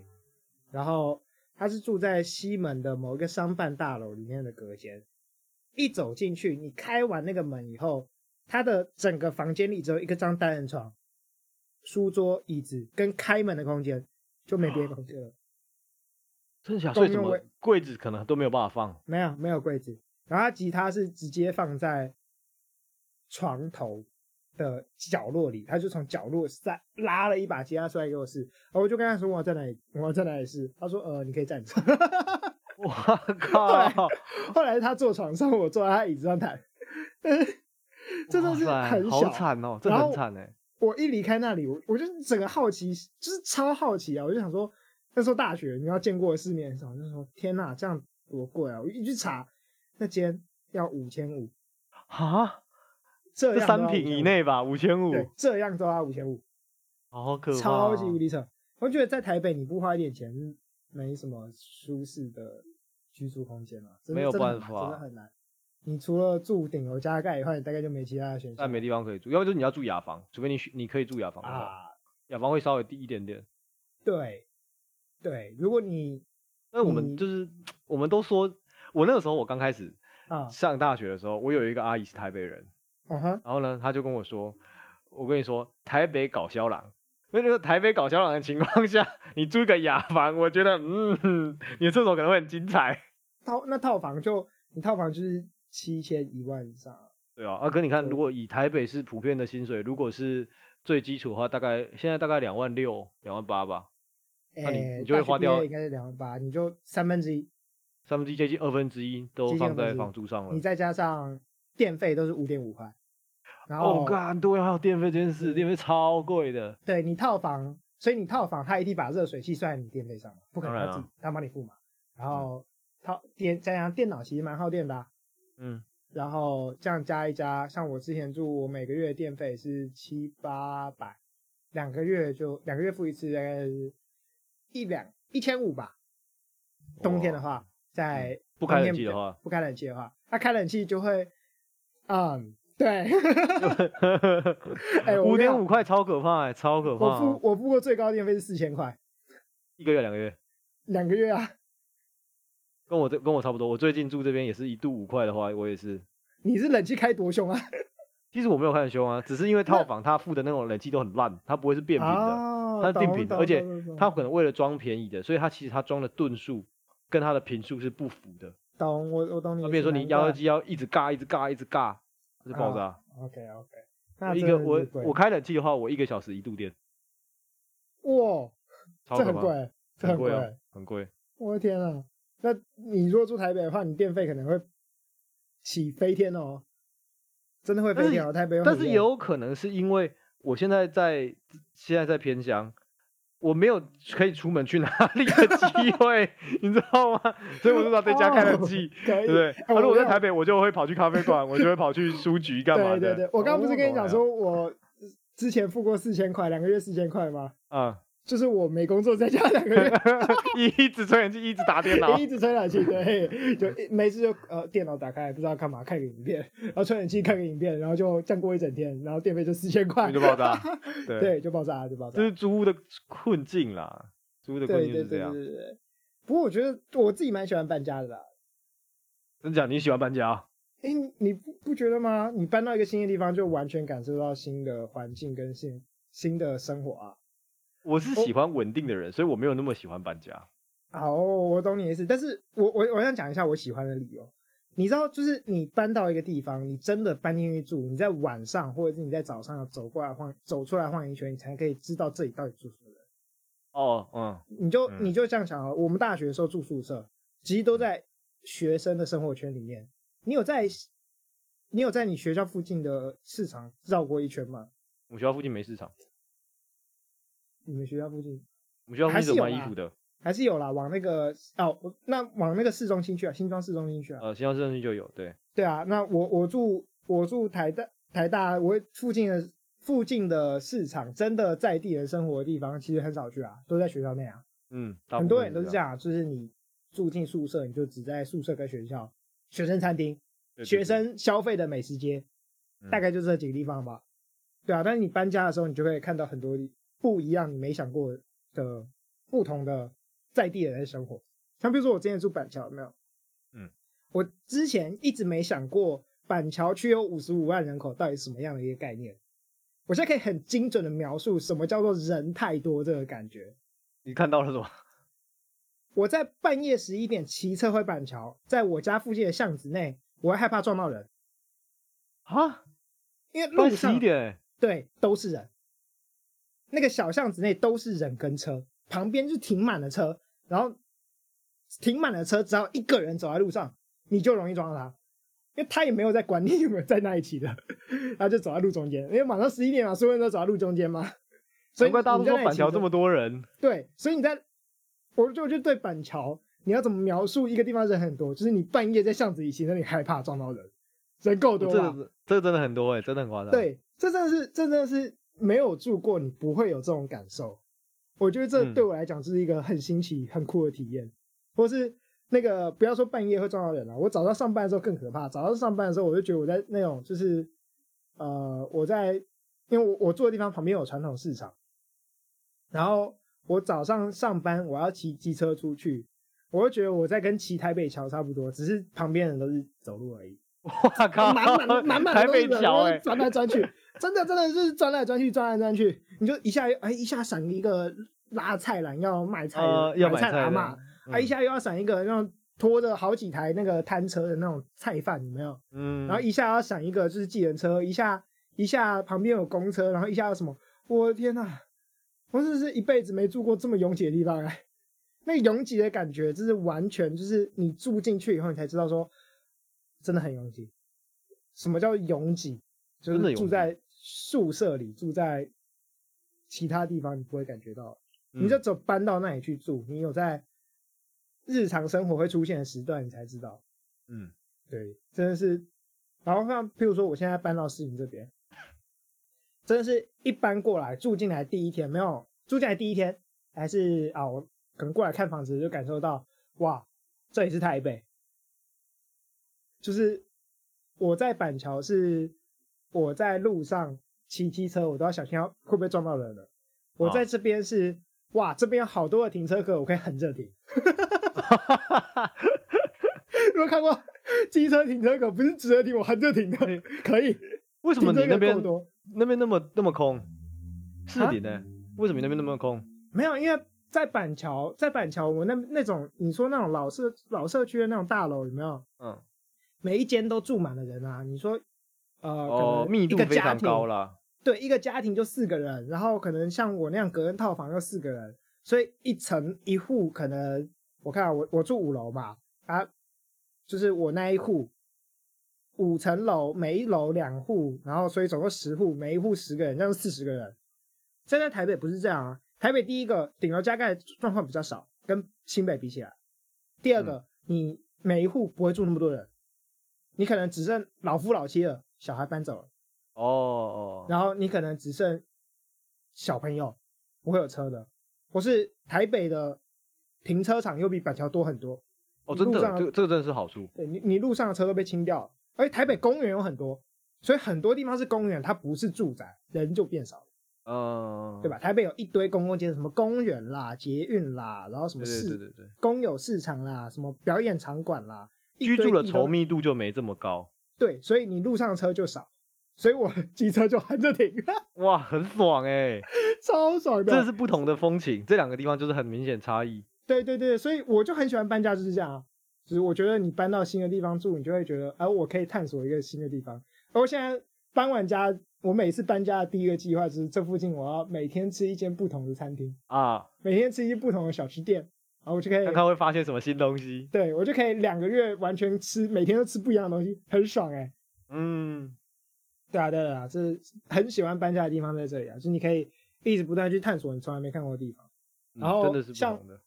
S2: 然后他是住在西门的某一个商办大楼里面的隔间，一走进去，你开完那个门以后，他的整个房间里只有一个张单人床、书桌、椅子跟开门的空间，就没别的空间了。
S1: 真的假的？所以
S2: 公
S1: 什
S2: 用
S1: 么
S2: 位
S1: 柜子可能都没有办法 放。
S2: 没有没有柜子，然后他吉他是直接放在床头的角落里，他就从角落塞拉了一把吉他出来给我试，然后我就跟他说我要在哪里，我要在哪里试，他说呃你可以站着，
S1: 我靠！
S2: 后来他坐床上，我坐在他椅子上弹，但是这都是
S1: 哇塞
S2: 很
S1: 好
S2: 小。
S1: 惨哦，这
S2: 然
S1: 很
S2: 后
S1: 惨哎。
S2: 我一离开那里，我我就整个好奇，就是超好奇啊！我就想说，那时候大学，你要见过的世面很少，就说天呐，这样多贵啊！我一去查，那间要五千五，
S1: 啊，
S2: 这
S1: 这
S2: 样都
S1: 三
S2: 要
S1: 品以
S2: 5500，
S1: 内吧，五千五，
S2: 对，这样都要五千五，
S1: 好可怕哦，
S2: 超级无敌扯。我觉得在台北你不花一点钱，没什么舒适的居住空间啊，真的
S1: 没有
S2: 真
S1: 办
S2: 的很难真
S1: 法
S2: 的很难。你除了住顶楼加盖以外，你大概就没其他的选
S1: 但
S2: 项
S1: 没地方可以住，要不就是你要住雅房，除非你选你可以住雅房的话，
S2: 啊。
S1: 雅房会稍微低一点点。
S2: 对，对，如果你
S1: 但我们
S2: 嗯
S1: 就是我们都说，我那个时候我刚开始
S2: 啊，
S1: 上大学的时候，我有一个阿姨是台北人，
S2: 嗯哼，
S1: 然后呢，她就跟我说，我跟你说，台北搞肖郎。那就是台北搞肖郎的情况下，你租一个雅房，我觉得，嗯，你的厕所可能会很精彩，
S2: 套那套房就你套房就是七千一万以上啊，
S1: 对啊。啊，哥，你看，
S2: 对
S1: 如果以台北市普遍的薪水，如果是最基础的话，大概现在大概两万六、两万八吧，那你
S2: 诶
S1: 你就会
S2: 大学
S1: 花
S2: 毕业
S1: 掉
S2: 应该是两万八，你就三分之一，
S1: 三分之一接近二分之一都
S2: 接近
S1: 放
S2: 二分
S1: 在
S2: 之一
S1: 房租上了
S2: 你。再加上电费都是五点五块，然
S1: 嗯哦
S2: 后、，
S1: 干，对，还有电费这件事，
S2: 嗯
S1: 电费超贵的。
S2: 对你套房，所以你套房他一定把热水器算在你电费上嘛，不可能
S1: 当
S2: 他
S1: 然
S2: 自
S1: 啊
S2: 己他帮你付嘛，然后套电加上电脑其实蛮耗电的啊、
S1: 嗯，
S2: 然后这样加一加，像我之前住，我每个月电费是七八百，两个月就两个月付一次，大概是一两一千五吧。冬天的啊
S1: 哇嗯
S2: 话，在
S1: 不开冷
S2: 冬天
S1: 气
S2: 比
S1: 的
S2: 较
S1: 话，
S2: 不开冷气的话，那、开冷气就会，嗯， 对， 哎
S1: 哦
S2: 我
S1: 五
S2: 跟你
S1: 点
S2: 讲
S1: 五块超可怕、欸，超可怕
S2: 我
S1: 啊、
S2: 付我付过最高电费是四千块，
S1: 一个月两个月，
S2: 两个月啊，
S1: 跟我这跟我差不多。我最近住这边也是一度五块的话，我也是。
S2: 你是冷气开多凶啊？
S1: 其实我没有看很凶啊，只是因为套房它付的那种冷气都很烂，它不会是变频的，
S2: 哦，
S1: 它是定
S2: 懂
S1: 频的
S2: 懂
S1: 而且
S2: 懂懂懂
S1: 它可能为了装便宜的，所以它其实它装的吨数跟它的频数是不符的。
S2: 懂我我懂你意
S1: 那
S2: 思，
S1: 比如说你
S2: 难
S1: 压
S2: 怪
S1: 缩机要一直尬，一直尬，一直尬，它就爆
S2: 啊
S1: 炸。
S2: ，OK OK，
S1: 我
S2: 那
S1: 一
S2: 真
S1: 个
S2: 的是
S1: 我
S2: 贵
S1: 我开冷气的话，我一个小时一度电，
S2: 哇，
S1: 超可
S2: 这很
S1: 怕，
S2: 贵，这
S1: 很
S2: 很
S1: 贵哦
S2: 贵。
S1: 很贵。
S2: 我的天啊！那你如果住台北的话，你电费可能会起飞天哦，真的会飞天哦。台北有很
S1: 但是
S2: 热
S1: 也有可能是因为我现在在现在在偏乡，我没有可以出门去哪 里的机会，你知道吗？所以我就要在家开冷气，
S2: 可
S1: 对
S2: 以
S1: 不对？
S2: 哦哎
S1: 啊，如果
S2: 我
S1: 在
S2: 要
S1: 台北，我就会跑去咖啡馆，我就会跑去书局干嘛
S2: 对
S1: 的。
S2: 对对，我刚刚不是跟你
S1: 哦懂
S2: 讲
S1: 了
S2: 说我之前付过四千块，两个月四千块吗？
S1: 啊，
S2: 就是我没工作在家两个月，
S1: 嗯 一直吹冷气，一直打电脑
S2: 一，直吹冷气，对，就没事就呃电脑打开不知道干嘛，看个影片，然后吹冷气看个影片，然后就这样过一整天，然后电费就四千块
S1: 就，爆炸。对，
S2: 对，就爆炸了，就爆炸
S1: 这
S2: 了。
S1: 是租屋的困境啦，租屋的困
S2: 对
S1: 境
S2: 对
S1: 是这
S2: 对对
S1: 样。
S2: 对对。不过我觉得我自己蛮喜欢搬家的啦，
S1: 真假？你喜欢搬家啊？
S2: 哎，你你不不觉得吗？你搬到一个新的地方，就完全感受到新的环境跟新新的生活啊。
S1: 我是
S2: 我
S1: 喜欢稳定的人，所以我没有那么喜欢搬家。
S2: 哦，我懂你的意思，但是我我我想讲一下我喜欢的理由。你知道，就是你搬到一个地方，你真的搬进去住，你在晚上或者是你在早上走过来晃走出来晃一圈，你才可以知道这里到底住什么人。
S1: 哦，嗯，
S2: 你就
S1: 嗯
S2: 你就这样想啊，我们大学的时候住宿舍，其实都在学生的生活圈里面。你有在你有在你学校附近的市场绕过一圈吗？
S1: 我们学校附近没市场，
S2: 你们学校附近
S1: 我们学校附
S2: 还
S1: 近
S2: 是
S1: 有
S2: 有
S1: 卖衣
S2: 啦
S1: 服的，
S2: 还是有啦，往那个哦，我那往那个市中心去啊，新庄市中心去啊。
S1: 呃，新疆镇区就有，对，
S2: 对啊，那我我住我住台大台大，我附近的附近的市场，真的在地人生活的地方，其实很少去啊，都在学校内啊。
S1: 嗯，大
S2: 很
S1: 部
S2: 多
S1: 分
S2: 人都是这，样啊，就是你住进宿舍，你就只在宿舍跟学校、学生餐厅、
S1: 对对
S2: 学
S1: 对
S2: 生消费的美食街，
S1: 嗯
S2: 大概就这几个地方吧。对啊，但是你搬家的时候，你就会看到很多不一样、你没想过的不同的在地人的生活。像比如说我之前住板桥，有没有？
S1: 嗯，
S2: 我之前一直没想过板桥区有五十五万人口到底是什么样的一个概念。我现在可以很精准的描述什么叫做人太多这个感觉。
S1: 你看到了什么？
S2: 我在半夜十一点骑车回板桥，在我家附近的巷子内，我会害怕撞到人，
S1: 啊，
S2: 因为路
S1: 快十
S2: 上
S1: 一点欸，
S2: 对都是人，那个小巷子内都是人跟车，旁边就停满了车，然后停满了车，只要一个人走在路上，你就容易撞到他。因为他也没有在管你有没有在那一起的，他就走在路中间，因为晚上十一点嘛，所有人都走在路中间嘛，所以
S1: 难怪大家
S2: 你
S1: 都
S2: 在
S1: 说
S2: 那一
S1: 板
S2: 起
S1: 桥
S2: 的
S1: 这么多人，
S2: 对，所以你在，我就我就对板桥，你要怎么描述一个地方人很多？就是你半夜在巷子里行，那你害怕撞到人，人够
S1: 这
S2: 多
S1: 个
S2: 吧？
S1: 是这个真的很多哎、真的很夸张。，
S2: 对，这真的是，这真的是没有住过，你不会有这种感受。我觉得这
S1: 嗯
S2: 对我来讲是一个很新奇、很酷的体验，或是那个不要说半夜会撞到人了、啊我早上上班的时候更可怕。早上上班的时候，我就觉得我在那种就是，呃，我在因为我我住的地方旁边有传统市场，然后我早上上班我要骑机车出去，我就觉得我在跟骑台北桥差不多，只是旁边人都是走路而已。
S1: 哇靠，
S2: 哦满满满满
S1: 台
S2: 的
S1: 北
S2: 都是人
S1: 桥
S2: 然后
S1: 哎、
S2: 转来 转去，真的真的就是转来转去，转来转去，你就一下哎一下闪一个拉菜篮要卖菜
S1: 呃
S2: 的，
S1: 要
S2: 买
S1: 买
S2: 菜的阿
S1: 菜的
S2: 嬷
S1: 嗯
S2: 啊一下又要闪一个那种拖着好几台那个摊车的那种菜贩，有没有？
S1: 嗯，
S2: 然后一下要闪一个就是计程车，一下一下旁边有公车，然后一下有什么，我的天呐，我真的是一辈子没住过这么拥挤的地方哎、那个拥挤的感觉就是完全就是你住进去以后，你才知道说真的很拥挤。什么叫拥挤？就
S1: 真的
S2: 是
S1: 拥
S2: 住
S1: 挤
S2: 在宿舍里，住在其他地方你不会感觉到，
S1: 嗯
S2: 你就只有搬到那里去住，你有在日常生活会出现的时段，你才知道。
S1: 嗯，
S2: 对，真的是。然后像譬如说，我现在搬到市营这边，真的是一搬过来住进来第一天，没有住进来第一天，还是啊，我可能过来看房子就感受到，哇，这里是台北。就是我在板桥是我在路上骑机车，我都要小心要会不会撞到人了。我在这边是、哇，这边有好多的停车格，我可以横 着停。有没有看过机车停车格？不是直着停，我横着停的，可以。
S1: 为什么
S2: 停车
S1: 你
S2: 格
S1: 那边
S2: 够多？
S1: 那边那么那么空？是
S2: 啊
S1: 你呢？为什么你那边那么空？
S2: 没有，因为在板桥，在板桥，我那那种你说那种老社老社区的那种大楼，有没有？
S1: 嗯，
S2: 每一间都住满了人啊。你说，呃，
S1: 哦，
S2: 可能
S1: 密
S2: 一
S1: 度
S2: 个
S1: 非
S2: 家
S1: 常
S2: 庭
S1: 高啦。
S2: 对，一个家庭就四个人，然后可能像我那样隔间套房就四个人，所以一层一户可能我看啊我我住五楼嘛，啊，就是我那一户五层楼，每一楼两户，然后所以总共十户，每一户十个人，这样四十个人。现在台北不是这样啊，台北第一个顶楼加盖状况比较少，跟新北比起来，第二个、你每一户不会住那么多人，你可能只剩老夫老妻了，小孩搬走了。
S1: 哦哦，
S2: 然后你可能只剩小朋友，不会有车的。我是台北的停车场又比板桥多很多，
S1: 哦，真
S2: 路
S1: 的，
S2: 上
S1: 这个这个真的是好处。
S2: 对你你路上的车都被清掉了，而且台北公园有很多，所以很多地方是公园，它不是住宅，人就变少了，
S1: 嗯，
S2: 对吧？？台北有一堆公共建设，什么公园啦、捷运啦，然后什么
S1: 对
S2: 市
S1: 对对对对，
S2: 公有市场啦、什么表演场馆啦，一
S1: 居
S2: 堆
S1: 住的
S2: 地
S1: 稠
S2: 都
S1: 密度就没这么高。
S2: 对，所以你路上的车就少，所以我的机车就横着停，
S1: 哇，很爽哎、
S2: 超爽的。
S1: 这是不同的风情，这两个地方就是很明显差异。
S2: 对对对，所以我就很喜欢搬家，就是这样啊。就是我觉得你搬到新的地方住，你就会觉得，哎、我可以探索一个新的地方。而我现在搬完家，我每次搬家的第一个计划就是，这附近我要每天吃一间不同的餐厅，
S1: 啊，
S2: 每天吃一间不同的小吃店，然后我就可以
S1: 看，看会发现什么新东西。
S2: 对我就可以两个月完全吃，每天都吃不一样的东西，很爽哎、
S1: 嗯，
S2: 对啊，对啊，这很喜欢搬家的地方在这里啊，就是你可以一直不断地去探索你从来没看过的地方。
S1: 嗯
S2: 然后
S1: 真的是不
S2: 像
S1: 同的。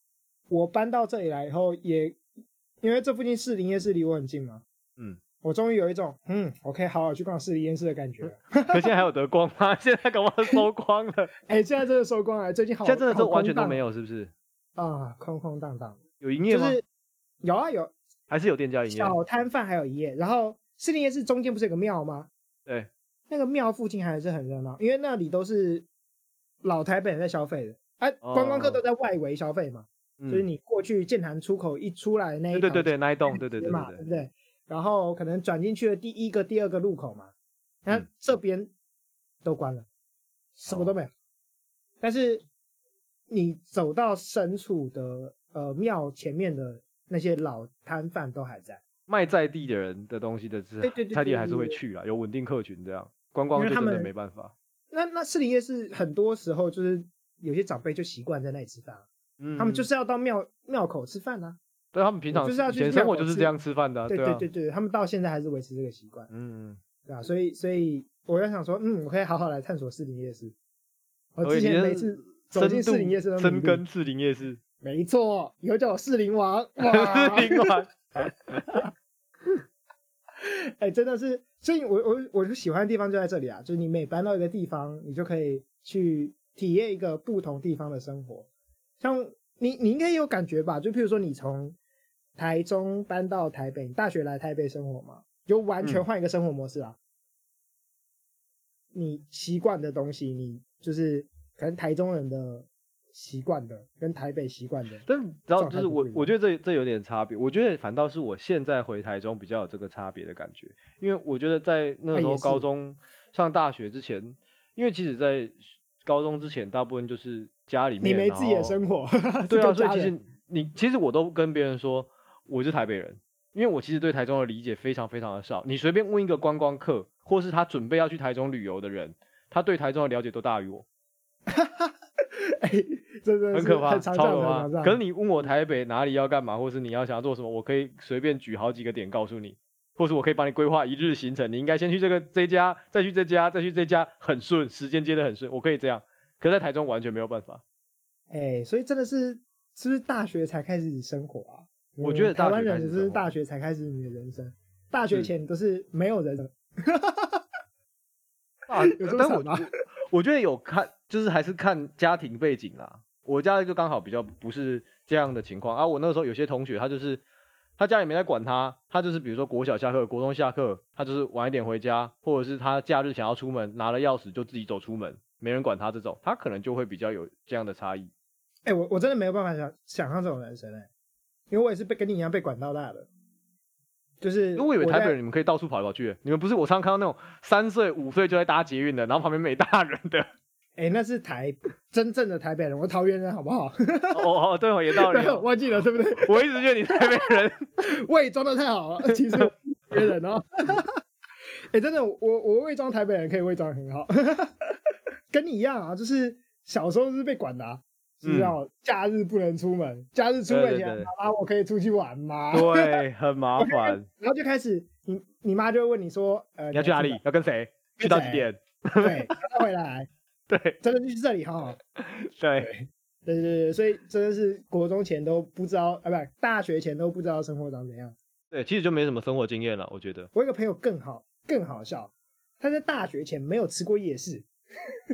S2: 我搬到这里来以后也，因为这附近士林夜市离我很近嘛，
S1: 嗯，
S2: 我终于有一种嗯，我可以好好去逛士林夜市的感觉了。
S1: 可现在还有得光吗？ 现在搞不好都收光了，
S2: 哎、现在真的收光了，最近好，
S1: 现在真的是
S2: 好
S1: 完全
S2: 空
S1: 都
S2: 荡
S1: 没有，是不是？
S2: 啊，空空荡荡，
S1: 有营业
S2: 就
S1: 吗？
S2: 是有啊有
S1: 还是有店家营业？
S2: 小摊贩还有一夜，然后士林夜市中间不是有个庙吗？
S1: 对，
S2: 那个庙附近还是很热闹，因为那里都是老台北人在消费的，哎、
S1: 哦
S2: 观光客都在外围消费嘛，
S1: 嗯
S2: 就是你过去建潭出口一出来那一
S1: 对对对
S2: 条
S1: 对，那一栋，对对对
S2: 对嘛，
S1: 对
S2: 对
S1: 对
S2: 不，对？然后可能转进去的第一个、第二个路口嘛，那
S1: 嗯哦
S2: 这边都关了，什么都没有。但是你走到深处的呃庙前面的那些老摊贩都还在，
S1: 卖在地的人的东西的是
S2: 对对对
S1: 在地
S2: 对
S1: 还是
S2: 对
S1: 会
S2: 对
S1: 去啦，啊有稳定客群这样，观光
S2: 因
S1: 就
S2: 为他
S1: 真的
S2: 们
S1: 没办法。
S2: 那那士林夜市很多时候就是有些长辈就习惯在那里吃饭啊，
S1: 嗯，
S2: 他们就是要到庙庙口吃饭啊。
S1: 对他们平常
S2: 就是要
S1: 以
S2: 去
S1: 前
S2: 日
S1: 生
S2: 本
S1: 活
S2: 国
S1: 就是
S2: 吃
S1: 这样吃饭的啊，
S2: 对
S1: 啊，
S2: 对对，他们到现在还是维持这个习惯，
S1: 嗯，嗯
S2: 对啊，所以所以我在想说，嗯，我可以好好来探索士林夜市。我
S1: 所以
S2: 之
S1: 哦你
S2: 前
S1: 是
S2: 每次走
S1: 深
S2: 进
S1: 度
S2: 士林夜市都迷
S1: 深
S2: 路
S1: 耕士林夜市，
S2: 没错，以后叫我士林 王。
S1: 士
S2: 哇，
S1: 林 丸，
S2: 哎，真的是，所以我我我就喜欢的地方就在这里啊，就是你每搬到一个地方，你就可以去体验一个不同地方的生活。像你，你应该也有感觉吧？就譬如说，你从台中搬到台北，你大学来台北生活嘛，就完全
S1: 嗯
S2: 换一个生活模式啊。你习惯的东西，你就是可能台中人的习惯的，跟台北习惯的，
S1: 但你知道，
S2: 状
S1: 就
S2: 态
S1: 是
S2: 不
S1: 我
S2: 一，
S1: 我
S2: 样
S1: 觉得这这有点差别。我觉得反倒是我现在回台中比较有这个差别的感觉，因为我觉得在那
S2: 啊
S1: 个时候
S2: 也是
S1: 高中上大学之前，因为其实在高中之前，大部分就是家里面
S2: 你没
S1: 然
S2: 自己的
S1: 后
S2: 生活， 是
S1: 对啊，
S2: 跟
S1: 所以
S2: 家
S1: 其
S2: 人
S1: 实你其实我都跟别人说我是台北人，因为我其实对台中的理解非常非常的少。你随便问一个观光客，或是他准备要去台中旅游的人，他对台中的了解都大于我，
S2: 哎，真的
S1: 很
S2: 是
S1: 可怕，
S2: 很
S1: 超
S2: 常
S1: 可
S2: 上很常
S1: 怕。
S2: 上。
S1: 可是你问我台北哪里要干嘛，或是你要想要做什么，我可以随便举好几个点告诉你，或是我可以帮你规划一日行程。你应该先去这个这家，再去这家，再去这家，很顺，时间接的很顺，我可以这样。可在台中完全没有办法，
S2: 哎，所以真的是是不是大学才开始生活啊？
S1: 我觉得大
S2: 台
S1: 学
S2: 湾
S1: 开
S2: 人
S1: 始
S2: 只是
S1: 生活
S2: 大学才开始你的人生，大学
S1: 是
S2: 前都是没有人生。
S1: 啊
S2: 有这么
S1: 但
S2: 惨
S1: 我
S2: 吗
S1: 我我觉得有看，就是还是看家庭背景啦。我家就刚好比较不是这样的情况啊。我那个时候有些同学，他就是他家里没在管他，他就是比如说国小下课、国中下课，他就是晚一点回家，或者是他假日想要出门，拿了钥匙就自己走出门，没人管他这种，他可能就会比较有这样的差异。
S2: 哎，我我真的没有办法想想象这种人生哎，因为我也是被跟你一样被管到大的，就是
S1: 嗯因为我以为台
S2: 在
S1: 北人你们可以到处跑来跑去，你们不是我常常看到那种三岁、五岁就在搭捷运的，然后旁边没大人 的。
S2: 哎，那是台真正的台北人，我桃园人好不好？。
S1: 哦哦，对哦，也道理
S2: 忘记了对不对？
S1: 我一直觉得你台北人
S2: 伪装的太好了， 其实别人哦。 哎、真的，我我伪装台北人可以伪装得很好， 跟你一样啊，就是小时候是被管的、啊，就是让我假日不能出门，假日出
S1: 嗯
S2: 门
S1: 对对
S2: 前，
S1: 对
S2: 妈妈我可以出去玩吗？
S1: 对，很麻
S2: 我就开
S1: 烦
S2: 始。然后就开始，你你妈就会问你说，呃，
S1: 你要去哪里？要跟谁？去到几
S2: 谁
S1: 点？
S2: 哪？ 对，她回来，
S1: 对
S2: 真的就是这里哈。
S1: 对，
S2: 对对对，所以真的是国中前都不知道，啊，不，大学前都不知道生活长怎样。
S1: 对，其实就没什么生活经验了，我觉 得。
S2: 我有个朋友更好更好笑，他在大学前没有吃过夜市，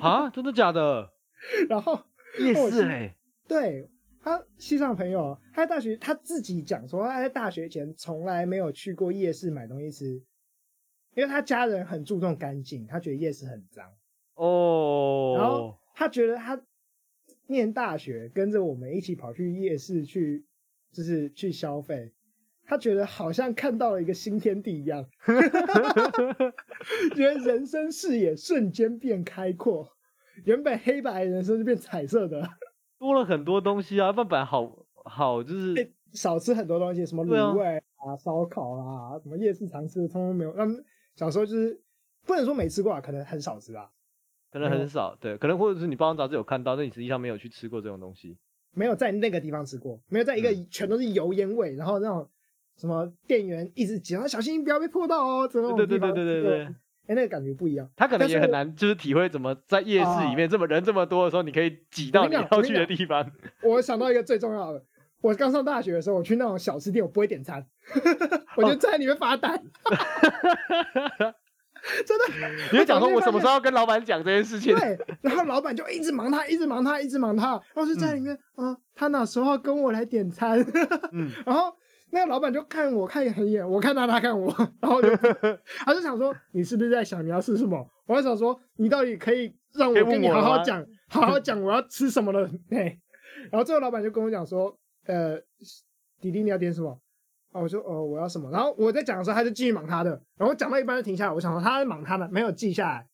S1: 啊，真的假 的？
S2: 然后
S1: 夜
S2: 我
S1: 市
S2: 是
S1: 哎，
S2: 对他西藏朋友，他在大学他自己讲说他在大学前从来没有去过夜市买东西吃，因为他家人很注重干净，他觉得夜市很脏，然后
S1: 哦，
S2: 他觉得他念大学跟着我们一起跑去夜市去，就是去消费。他觉得好像看到了一个新天地一样，觉得人生视野瞬间变开阔，原本黑白人生就变彩色的。
S1: 多了很多东西啊，饭本好好就是
S2: 少吃很多东西，什么
S1: 对啊
S2: 卤味啊、烧烤啦、什么夜市常吃的，通通没有。他们小时候就是不能说没吃过啊，可能很少吃啊，
S1: 可能
S2: 没有
S1: 很少，对，可能或者是你包装杂志有看到，但你实际上没有去吃过这种东西。
S2: 没有在那个地方吃过，没有在一个
S1: 嗯
S2: 全都是油烟味，然后那种什么店员一直警告小心不要被泼到哦，这种
S1: 对
S2: 地
S1: 对对
S2: 方
S1: 对对
S2: 吃过
S1: 对，对，
S2: 哎，那个感觉不一样。
S1: 他可能
S2: 但
S1: 也
S2: 是
S1: 很
S2: 我
S1: 难就是体会怎么在夜市里面这么人这么多的时候，你可以挤到
S2: 跟
S1: 你
S2: 你讲我
S1: 要
S2: 跟
S1: 去
S2: 你
S1: 的
S2: 讲
S1: 地方。
S2: 我想到一个最重要的，我刚上大学的时候，我去那种小吃店，我不会点餐， 我
S1: 哦
S2: 就站在里面发呆， 真的。
S1: 你就讲说
S2: 我
S1: 我
S2: 就
S1: 什么
S2: 发
S1: 时候要跟老板讲这件事情？
S2: 对，然后老板就一直忙他，一直忙他，一直忙他，然后就在里面，嗯、他哪时候跟我来点餐？
S1: 嗯，
S2: 然后那个老板就看我看很眼，我看他，他看我，然后我 就他就想说你是不是在想你要吃什么？我就想说你到底可以让
S1: 可以
S2: 我
S1: 问
S2: 跟你
S1: 我
S2: 好
S1: 了
S2: 好
S1: 吗
S2: 讲，好 好讲我要吃什么了？嘿，然后最后老板就跟我讲说，呃，弟弟你要点什么？啊，我说哦，我要什么？然后我在讲的时候，他就继续忙他的，然后我讲到一半就停下来，我想说他在忙他的，没有记下来。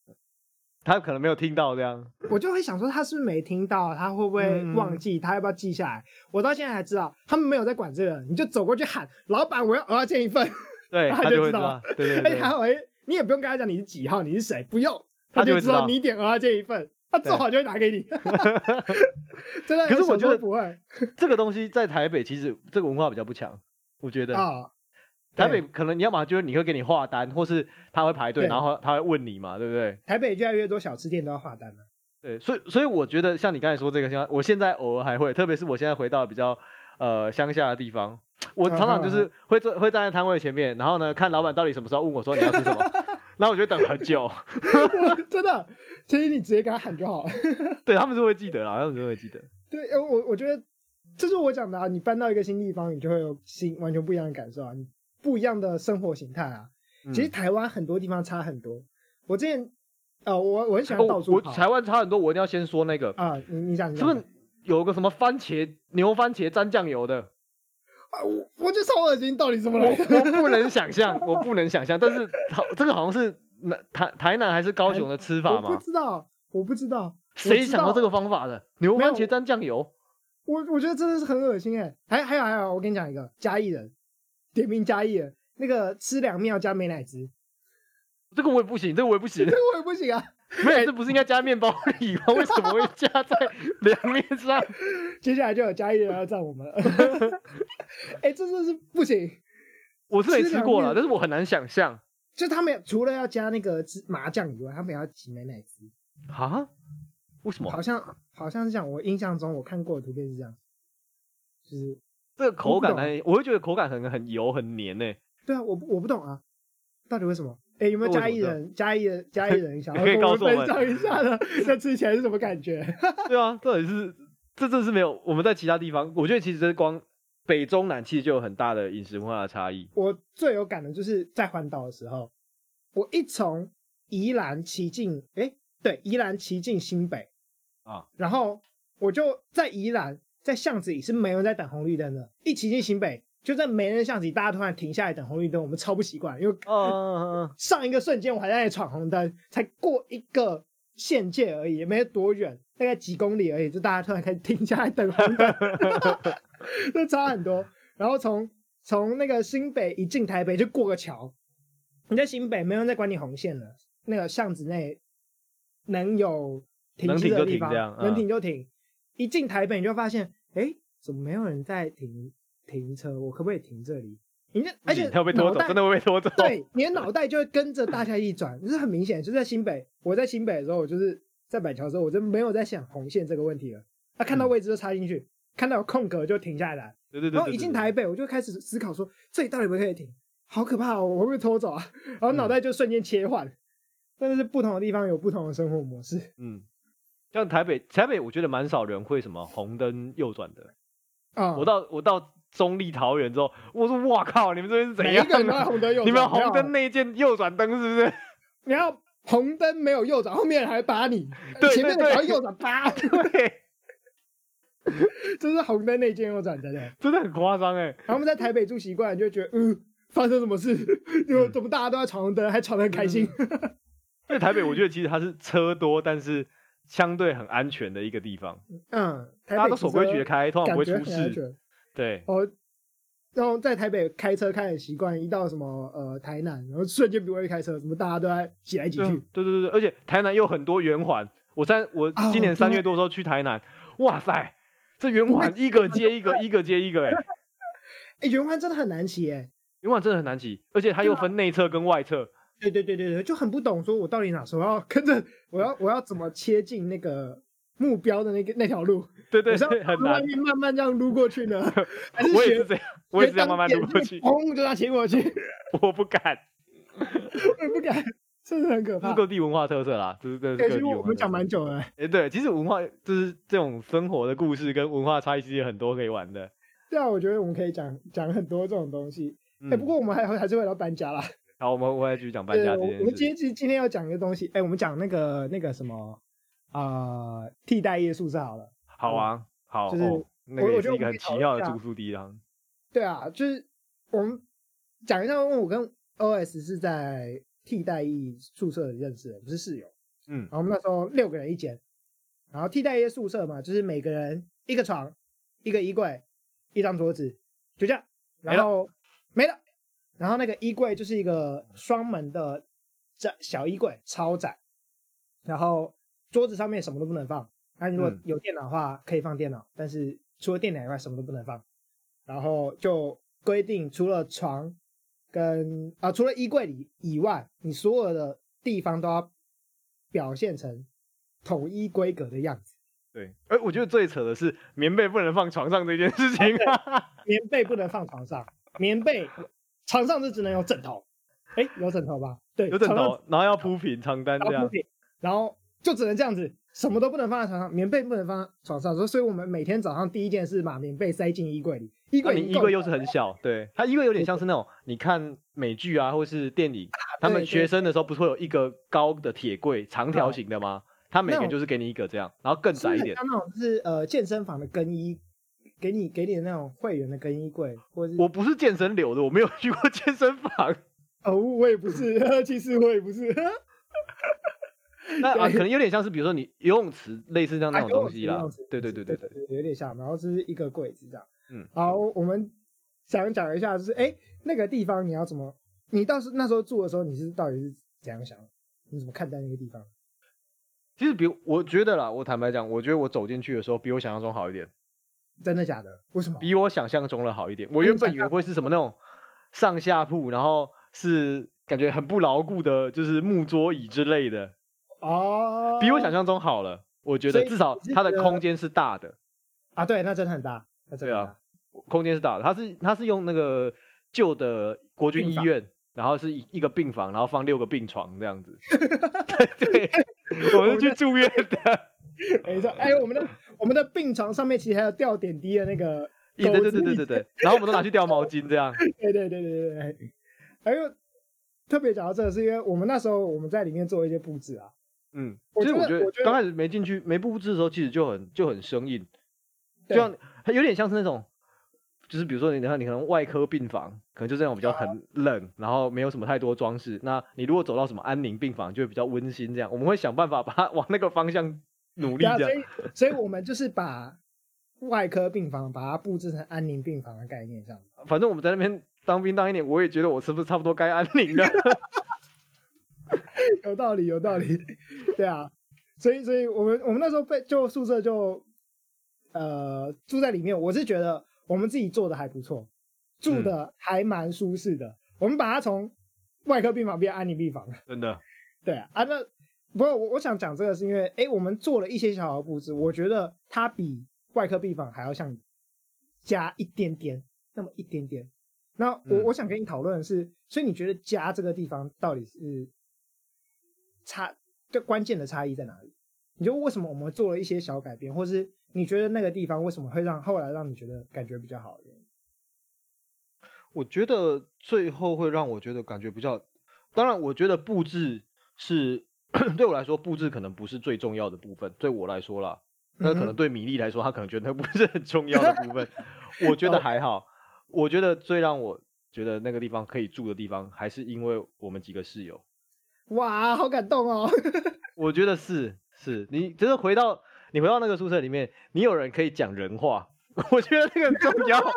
S1: 他可能没有听到这样。
S2: 我就会想说，他是不是没听到？他会不会
S1: 嗯
S2: 忘记？他要不要记下来？我到现在才知道，他们没有在管这个，你就走过去喊老板，我要我要煎一份。
S1: 对，
S2: 他
S1: 他
S2: 啊就
S1: 就会知
S2: 知道
S1: 道。对对
S2: 而且还
S1: 对，
S2: 好，哎，你也不用跟他讲你是几号，你是谁，不用，
S1: 他就
S2: 就
S1: 会
S2: 知
S1: 知
S2: 道
S1: 道
S2: 你点我要煎一份。他做好就会打给你。 真的，
S1: 可是我觉得
S2: 什么都不会
S1: 这个东西在台北其实这个文化比较不强，我觉得、
S2: 啊，
S1: 台
S2: 对
S1: 北可能你要么就是你会给你画单，或是他会排队，
S2: 对
S1: 然后他会问你嘛，对不对？
S2: 台北越来越多小吃店都要画单了。
S1: 对，所以所以我觉得像你刚才说这个，像我现在偶尔还会，特别是我现在回到比较呃乡下的地方，我常常
S2: 嗯
S1: 就是会坐会站在摊位前面，然后呢看老板到底什么时候问我 说你要吃什么，然后我就等很久。
S2: 真的，其实你直接跟他喊就好了。
S1: 对他们是会记得啦，他们是会记得。
S2: 对，呃我我觉得这是我讲的啊，你搬到一个新地方，你就会有新完全不一样的感受啊，你不一样的生活形态啊。
S1: 嗯
S2: 其实台湾很多地方差很多。我之前，呃，我我很喜欢到
S1: 哦，
S2: 处
S1: 我
S2: 跑
S1: 台湾差很多，我一定要先说那个，
S2: 啊、你你讲你
S1: 是
S2: 讲
S1: 不是有个什么番茄牛番茄沾酱油的？
S2: 啊，我我就超恶心，到底怎么
S1: 我
S2: 来的？
S1: 我不能想 象，我不能想象。但是好，这个好像是南台台南还是高雄的吃法
S2: 我不
S1: 嘛？
S2: 知道，我不知道，
S1: 谁想到这个方法的？牛
S2: 没有
S1: 番茄沾酱油？
S2: 我我觉得真的是很恶心哎、还还有还有，我跟你讲一个嘉义人，点名嘉义人，那个吃凉面要加美乃滋，
S1: 这个我也不行，这个我也不 行
S2: 这。个我也不行啊。
S1: 没有，这不是应该加面包里 吗？为什么会加在凉面上？
S2: 接下来就有嘉义人要赞我们了。 哎、这真的是不行，
S1: 我是没吃过
S2: 吃凉
S1: 了，
S2: 面
S1: 但是我很难想象
S2: 就他们除了要加那个芝麻酱以外，他们也要挤美乃滋，
S1: 啊？为什么
S2: 好？像好像是这样。我印象中我看过的图片是这样，就是
S1: 这个口感
S2: 我不懂
S1: 很，我会觉得口感很很油很黏欸 呢、
S2: 对啊，我不我不懂啊，到底为什么？哎、有没有
S1: 为什么
S2: 嘉义人？嘉义人，嘉义 人想要
S1: 可以
S2: 跟我
S1: 告诉我
S2: 分
S1: 们
S2: 享一下呢？这吃起来是什么感觉？
S1: 对啊，到底是这这是没有我们在其他地方，我觉得其实这光北中南其实就有很大的饮食文化的差 异。
S2: 我最有感的就是在环岛的时候，我一从宜兰骑进，哎、对，宜兰骑进新北
S1: 啊，
S2: 然后我就在宜兰在巷子里是没人在等红绿灯的，一骑进新北就在没人巷子里，大家突然停下来等红绿灯，我们超不习惯，因为
S1: 嗯嗯嗯嗯，
S2: 上一个瞬间我还在那里闯红灯，才过一个县界而已，也没多远，大概几公里而已，就大家突然开始停下来等红 灯，这差很多。然后从从那个新北一进台北就过个桥，你在新北没人在管你红线了，那个巷子内能有停
S1: 能
S2: 机
S1: 停
S2: 的
S1: 就
S2: 地
S1: 停
S2: 方
S1: 这样，
S2: 能
S1: 嗯
S2: 停就停。一进台北你就发现，哎，怎么没有人在停停车？我可不可以停这里？你这而且
S1: 他嗯会被拖
S2: 脑
S1: 走，
S2: 袋
S1: 真的会被拖走。
S2: 对，你的脑袋就会跟着大家一起转，这是很明显。就在新北，我在新北的时候，我就是在板桥的时候，我就没有在想红线这个问题了。啊，看到位置就插进去，看到有空格就停下来。
S1: 对嗯对对
S2: 然后
S1: 对
S2: 一进
S1: 对
S2: 台北，我就开始思考说，这里到底可不可以停？好可怕哦，我会不会偷走啊？然后脑
S1: 嗯
S2: 袋就瞬间切换。但是不同的地方有不同的生活模式
S1: 嗯，像台北，台北我觉得蛮少人会什么红灯右转的。
S2: 啊。
S1: 我到我到中立桃园之后，我说哇靠，你们这边是怎
S2: 每一
S1: 样
S2: 个人都在
S1: 啊？
S2: 红灯右 转，
S1: 你们
S2: 不要
S1: 红灯，内建右转灯是不是？
S2: 你要红灯没有右转，后面人还会扒你，
S1: 对
S2: 前面的
S1: 对
S2: 只要
S1: 对
S2: 右转扒，
S1: 对，
S2: 这是红灯内见右转，真的。
S1: 真的很夸张哎。
S2: 然后我们在台北住习惯，就会觉得嗯，发生什么事？ 因
S1: 嗯
S2: 为怎么大家都在闯红灯，还闯得很开心？
S1: 因为台北，我觉得其实它是车多，但是相对很安全的一个地方，
S2: 嗯，台
S1: 大家
S2: 北
S1: 都守规矩的
S2: 骑车
S1: 开，通常
S2: 感
S1: 不会
S2: 觉
S1: 出
S2: 很安
S1: 事。
S2: 全。
S1: 对，
S2: 哦，然后在台北开车开的习惯，一到什么呃台南，然后瞬间不会开车，怎么大家都在挤来挤
S1: 对
S2: 去？
S1: 对对对，而且台南有很多圆环。我三我
S2: 啊
S1: 今
S2: 我
S1: 年
S2: 真
S1: 三
S2: 的
S1: 月多的时候去台南，哇塞，这圆环一个接一个，一个接一个，哎，
S2: 哎，圆环真的很难骑哎。
S1: 圆环真的很难骑，而且它又分内侧跟外侧。
S2: 对对对对对，就很不懂，说我到底哪时候要跟着，我要我要怎么切进那个目标的那个那条路？
S1: 对对
S2: 我是要
S1: 对，很
S2: 从外
S1: 难。
S2: 面慢慢这样撸过去 呢，还是
S1: 我也
S2: 学
S1: 是这样，我也是这样慢慢
S2: 学
S1: 撸
S2: 当
S1: 过
S2: 点
S1: 去
S2: 就，砰就这样骑过去。
S1: 我不敢。
S2: 我也不敢，真的很可
S1: 这是
S2: 怕。
S1: 各地文化特色啦，这是这是
S2: 对，
S1: 各
S2: 其
S1: 地
S2: 实
S1: 文
S2: 我
S1: 化
S2: 们
S1: 特
S2: 讲
S1: 色
S2: 蛮久了，
S1: 哎，对，其实文化就是这种生活的故事跟文化差异，其实有很多可以玩的。
S2: 对啊，我觉得我们可以讲讲很多这种东西。哎、
S1: 嗯，
S2: 不过我们还还是会聊搬家啦。
S1: 好，我们我来继续讲搬
S2: 对，
S1: 家
S2: 我
S1: 这
S2: 我
S1: 件
S2: 们今
S1: 事。
S2: 天其实今天要讲一个东西，哎、我们讲那个那个什么啊、呃替代业宿舍好了。
S1: 好啊，好，
S2: 就是
S1: 哦那
S2: 我
S1: 个
S2: 我
S1: 也
S2: 觉得
S1: 是
S2: 我
S1: 一个
S2: 们
S1: 很
S2: 可以
S1: 奇
S2: 讨论
S1: 妙
S2: 一
S1: 的
S2: 下
S1: 住宿地方。
S2: 对啊，就是我们讲一下，因为我跟 OS 是在替代役宿舍认识的，不是室友。
S1: 嗯
S2: 然后我们那时候六个人一间，然后替代一些宿舍嘛，就是每个人一个床、一个衣柜、一张桌子，就这样，然后没了。然后那个衣柜就是一个双门的窄小衣柜，超窄，然后桌子上面什么都不能放。那、你如果
S1: 嗯
S2: 有电脑的话，可以放电脑，但是除了电脑以外，什么都不能放。然后就规定，除了床跟啊，除了衣柜里以外，你所有的地方都要表现成统一规格的样子。
S1: 对，哎，我觉得最扯的是棉被不能放床上这件事情、啊。
S2: 棉被不能放床上，棉被床上就只能有枕头。哎，有枕头吧？对，
S1: 有枕
S2: 床上
S1: 头，啊然后要铺平床单这
S2: 然后
S1: 样
S2: 铺。平，然后就只能这样子，什么都不能放在床上，棉被不能放在床上。所以，所以我们每天早上第一件事把棉被塞进衣柜里，衣
S1: 那
S2: 柜
S1: 你
S2: 里
S1: 衣柜又是很小，对，它衣柜有点像是那种你看美剧啊，或是电影，他们
S2: 对
S1: 学
S2: 对
S1: 生的时候不是会有一个高的铁柜，长条形的吗？它每
S2: 那
S1: 个人
S2: 种
S1: 就是给你一个这样，然后更
S2: 是
S1: 窄
S2: 很
S1: 一点。
S2: 像那种就是呃健身房的更衣，给你给你的那种会员的更衣柜，或是
S1: 我不是健身流的，我没有去过健身 房。
S2: 哦，我也不是， 其实我也不是，
S1: 那啊，
S2: 对
S1: 可能有点像是，比如说你游泳池类似像那
S2: 啊
S1: 种
S2: 游泳
S1: 东西
S2: 池游
S1: 啦
S2: 泳池。
S1: 对对对对对
S2: 对，有点像，然后就是一个柜子这样。
S1: 嗯，
S2: 好，我们想讲一下，就是哎，诶那个地方你要怎么？你到时那时候住的时候，你是到底是怎样想？你怎么看待那个地方？
S1: 其实比我觉得啦，我坦白讲，我觉得我走进去的时候比我想象中好一点，
S2: 真的假的？为什么？
S1: 比我想象中的好一点。我
S2: 比
S1: 原
S2: 哎你
S1: 本
S2: 想
S1: 以为会是什么那种上下铺，然后是感觉很不牢固的，就是木桌椅之类的，
S2: 哦，
S1: 比我想象中好了。我觉
S2: 所
S1: 得
S2: 以
S1: 至少
S2: 你是
S1: 它的
S2: 觉得
S1: 空间是大的，
S2: 啊，对，那真的很大，那真的很
S1: 对
S2: 大。
S1: 空间是大的。它是它是用那个旧的国军
S2: 病
S1: 医
S2: 房
S1: 院，然后是一一个病房，然后放六个病床这样子。 对，我们是去住院 的。啊
S2: 没错，哎，我们的我们的病床上面其实还有吊点滴的那个，
S1: 对对对对对对对，然后我们都拿去掉毛巾这样。
S2: 对对对对对对。还有特别讲到这个，是因为我们那时候我们在里面做一些布置啊，
S1: 嗯，
S2: 我
S1: 其实
S2: 觉
S1: 我
S2: 得
S1: 觉
S2: 我觉
S1: 刚开始没进去没布置的时候，其实就很就很生硬，就
S2: 对
S1: 像它有点像是那种，就是比如说你看你可能外科病房，可能就是那种比
S2: 啊
S1: 较很冷，然后没有什么太多装饰。那你如果走到什么安宁病房，就会比较温馨这样。我们会想办法把它 往那个方向努力
S2: 对啊，
S1: 这
S2: 所
S1: 样。
S2: 以所以我们就是把外科病房把它布置成安宁病房的概念，这样。
S1: 反正我们在那边当兵当一年，我也觉得我是不是差不多该安宁了。
S2: 有道理，有道理，对啊，所以所以我们我们那时候被就宿舍就呃住在里面，我是觉得我们自己做的还不错，住的还蛮舒适的。我们把它从外科病房变安宁病房了，
S1: 真的，
S2: 对啊，啊那不过我我想讲这个是因为，哎，我们做了一些小小的布置，我觉得它比外科病房还要像加一点点，那么一点点。那我、
S1: 嗯
S2: 我想跟你讨论的是，所以你觉得家这个地方到底是差，就关键的差异在哪里？你觉得为什么我们做了一些小改变，或是你觉得那个地方为什么会让后来让你觉得感觉比较好？
S1: 我觉得最后会让我觉得感觉比较，当然，我觉得布置是 对我来说，布置可能不是最重要的部分，对我来说啦，
S2: 嗯
S1: 那可能对米粒来说，他可能觉得那不是很重要的部分，我觉得还好。我觉得最让我觉得那个地方可以住的地方，还是因为我们几个室友。
S2: 哇，好感动 哦！
S1: 我觉得是是，你就是回到你回到那个宿舍里面，你有人可以讲人话， 我觉得这个很重要，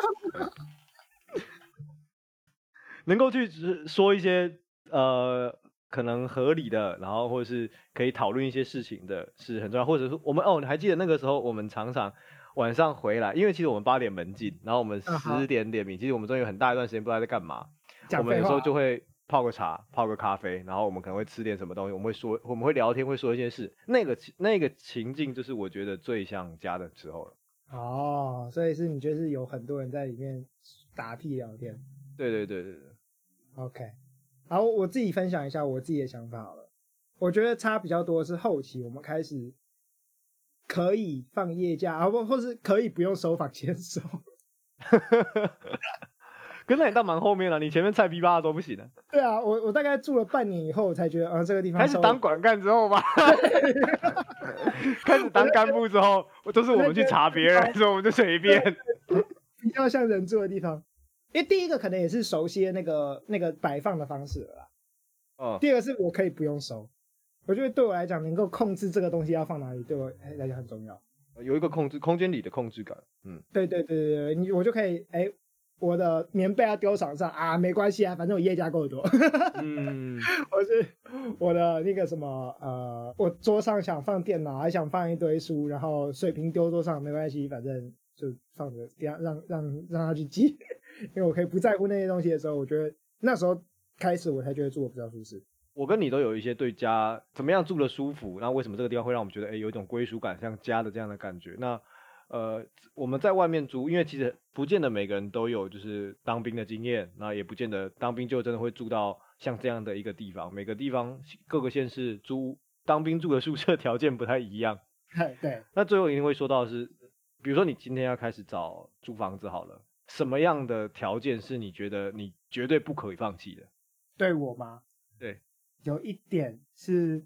S1: 能够去只说一些呃可能合理的，然后或者是可以讨论一些事情的是很重要，或者是我们哦，你还记得那个时候我们常常。晚上回来，因为其实我们八点门禁，然后我们
S2: 嗯好
S1: 十点点名，其实我们中间有很大一段时间不知道在干嘛。我
S2: 讲
S1: 们
S2: 废
S1: 有时
S2: 话
S1: 候，就会泡个茶，泡个咖啡，然后我们可能会吃点什么东西，我们会说，我们会聊天，会说一些事。那个情那个情境就是我觉得最像家的时候了。
S2: 哦，所以是你觉得是有很多人在里面打屁聊天
S1: 对对对对对，
S2: ，OK。然后我自己分享一下我自己的想法好了，我觉得差比较多的是后期我们开始可以放夜假，啊不，或是可以不用收房间收。
S1: 可是那你到蛮后面了，你前面菜逼吧都不行了，
S2: 对啊，我我大概住了半年以后，我才觉得，啊，这个地方
S1: 开始
S2: 稍微
S1: 当管干之后 吧，开始当干部之后，都是我们去查别人，所以我们就随 便。
S2: 比较像人住的地方，因为第一个可能也是熟悉的那个那个摆放的方式了啦。
S1: 哦，
S2: 第二个是我可以不用收，我觉得对我来讲，能够控制这个东西要放哪里，对我来讲很重要。
S1: 有一个控制空间里的控制感，嗯，
S2: 对对对对对，你我就可以哎，我的棉被要丢床上啊，没关系啊，反正我夜加够多。
S1: 嗯，
S2: 我是我的那个什么呃，我桌上想放电脑，还想放一堆书，然后水瓶丢桌上没关系，反正就放着，让让让让他去记， 因为我可以不在乎那些东西的时候，我觉得那时候开始我才觉得住的比较舒适。
S1: 我跟你都有一些对家怎么样住的舒服，那为什么这个地方会让我们觉得哎有一种归属感，像家的这样的感觉？那呃我们在外面住，因为其实不见得每个人都有就是当兵的经验，那也不见得当兵就真的会住到像这样的一个地方。每个地方各个县市租当兵住的宿舍 条件不太一样。
S2: 嗨对，
S1: 那最后一定会说到的是，比如说你今天要开始找租房子好了，什么样的条件是你觉得你绝对不可以放弃的？
S2: 对我吗？
S1: 对，
S2: 有一点是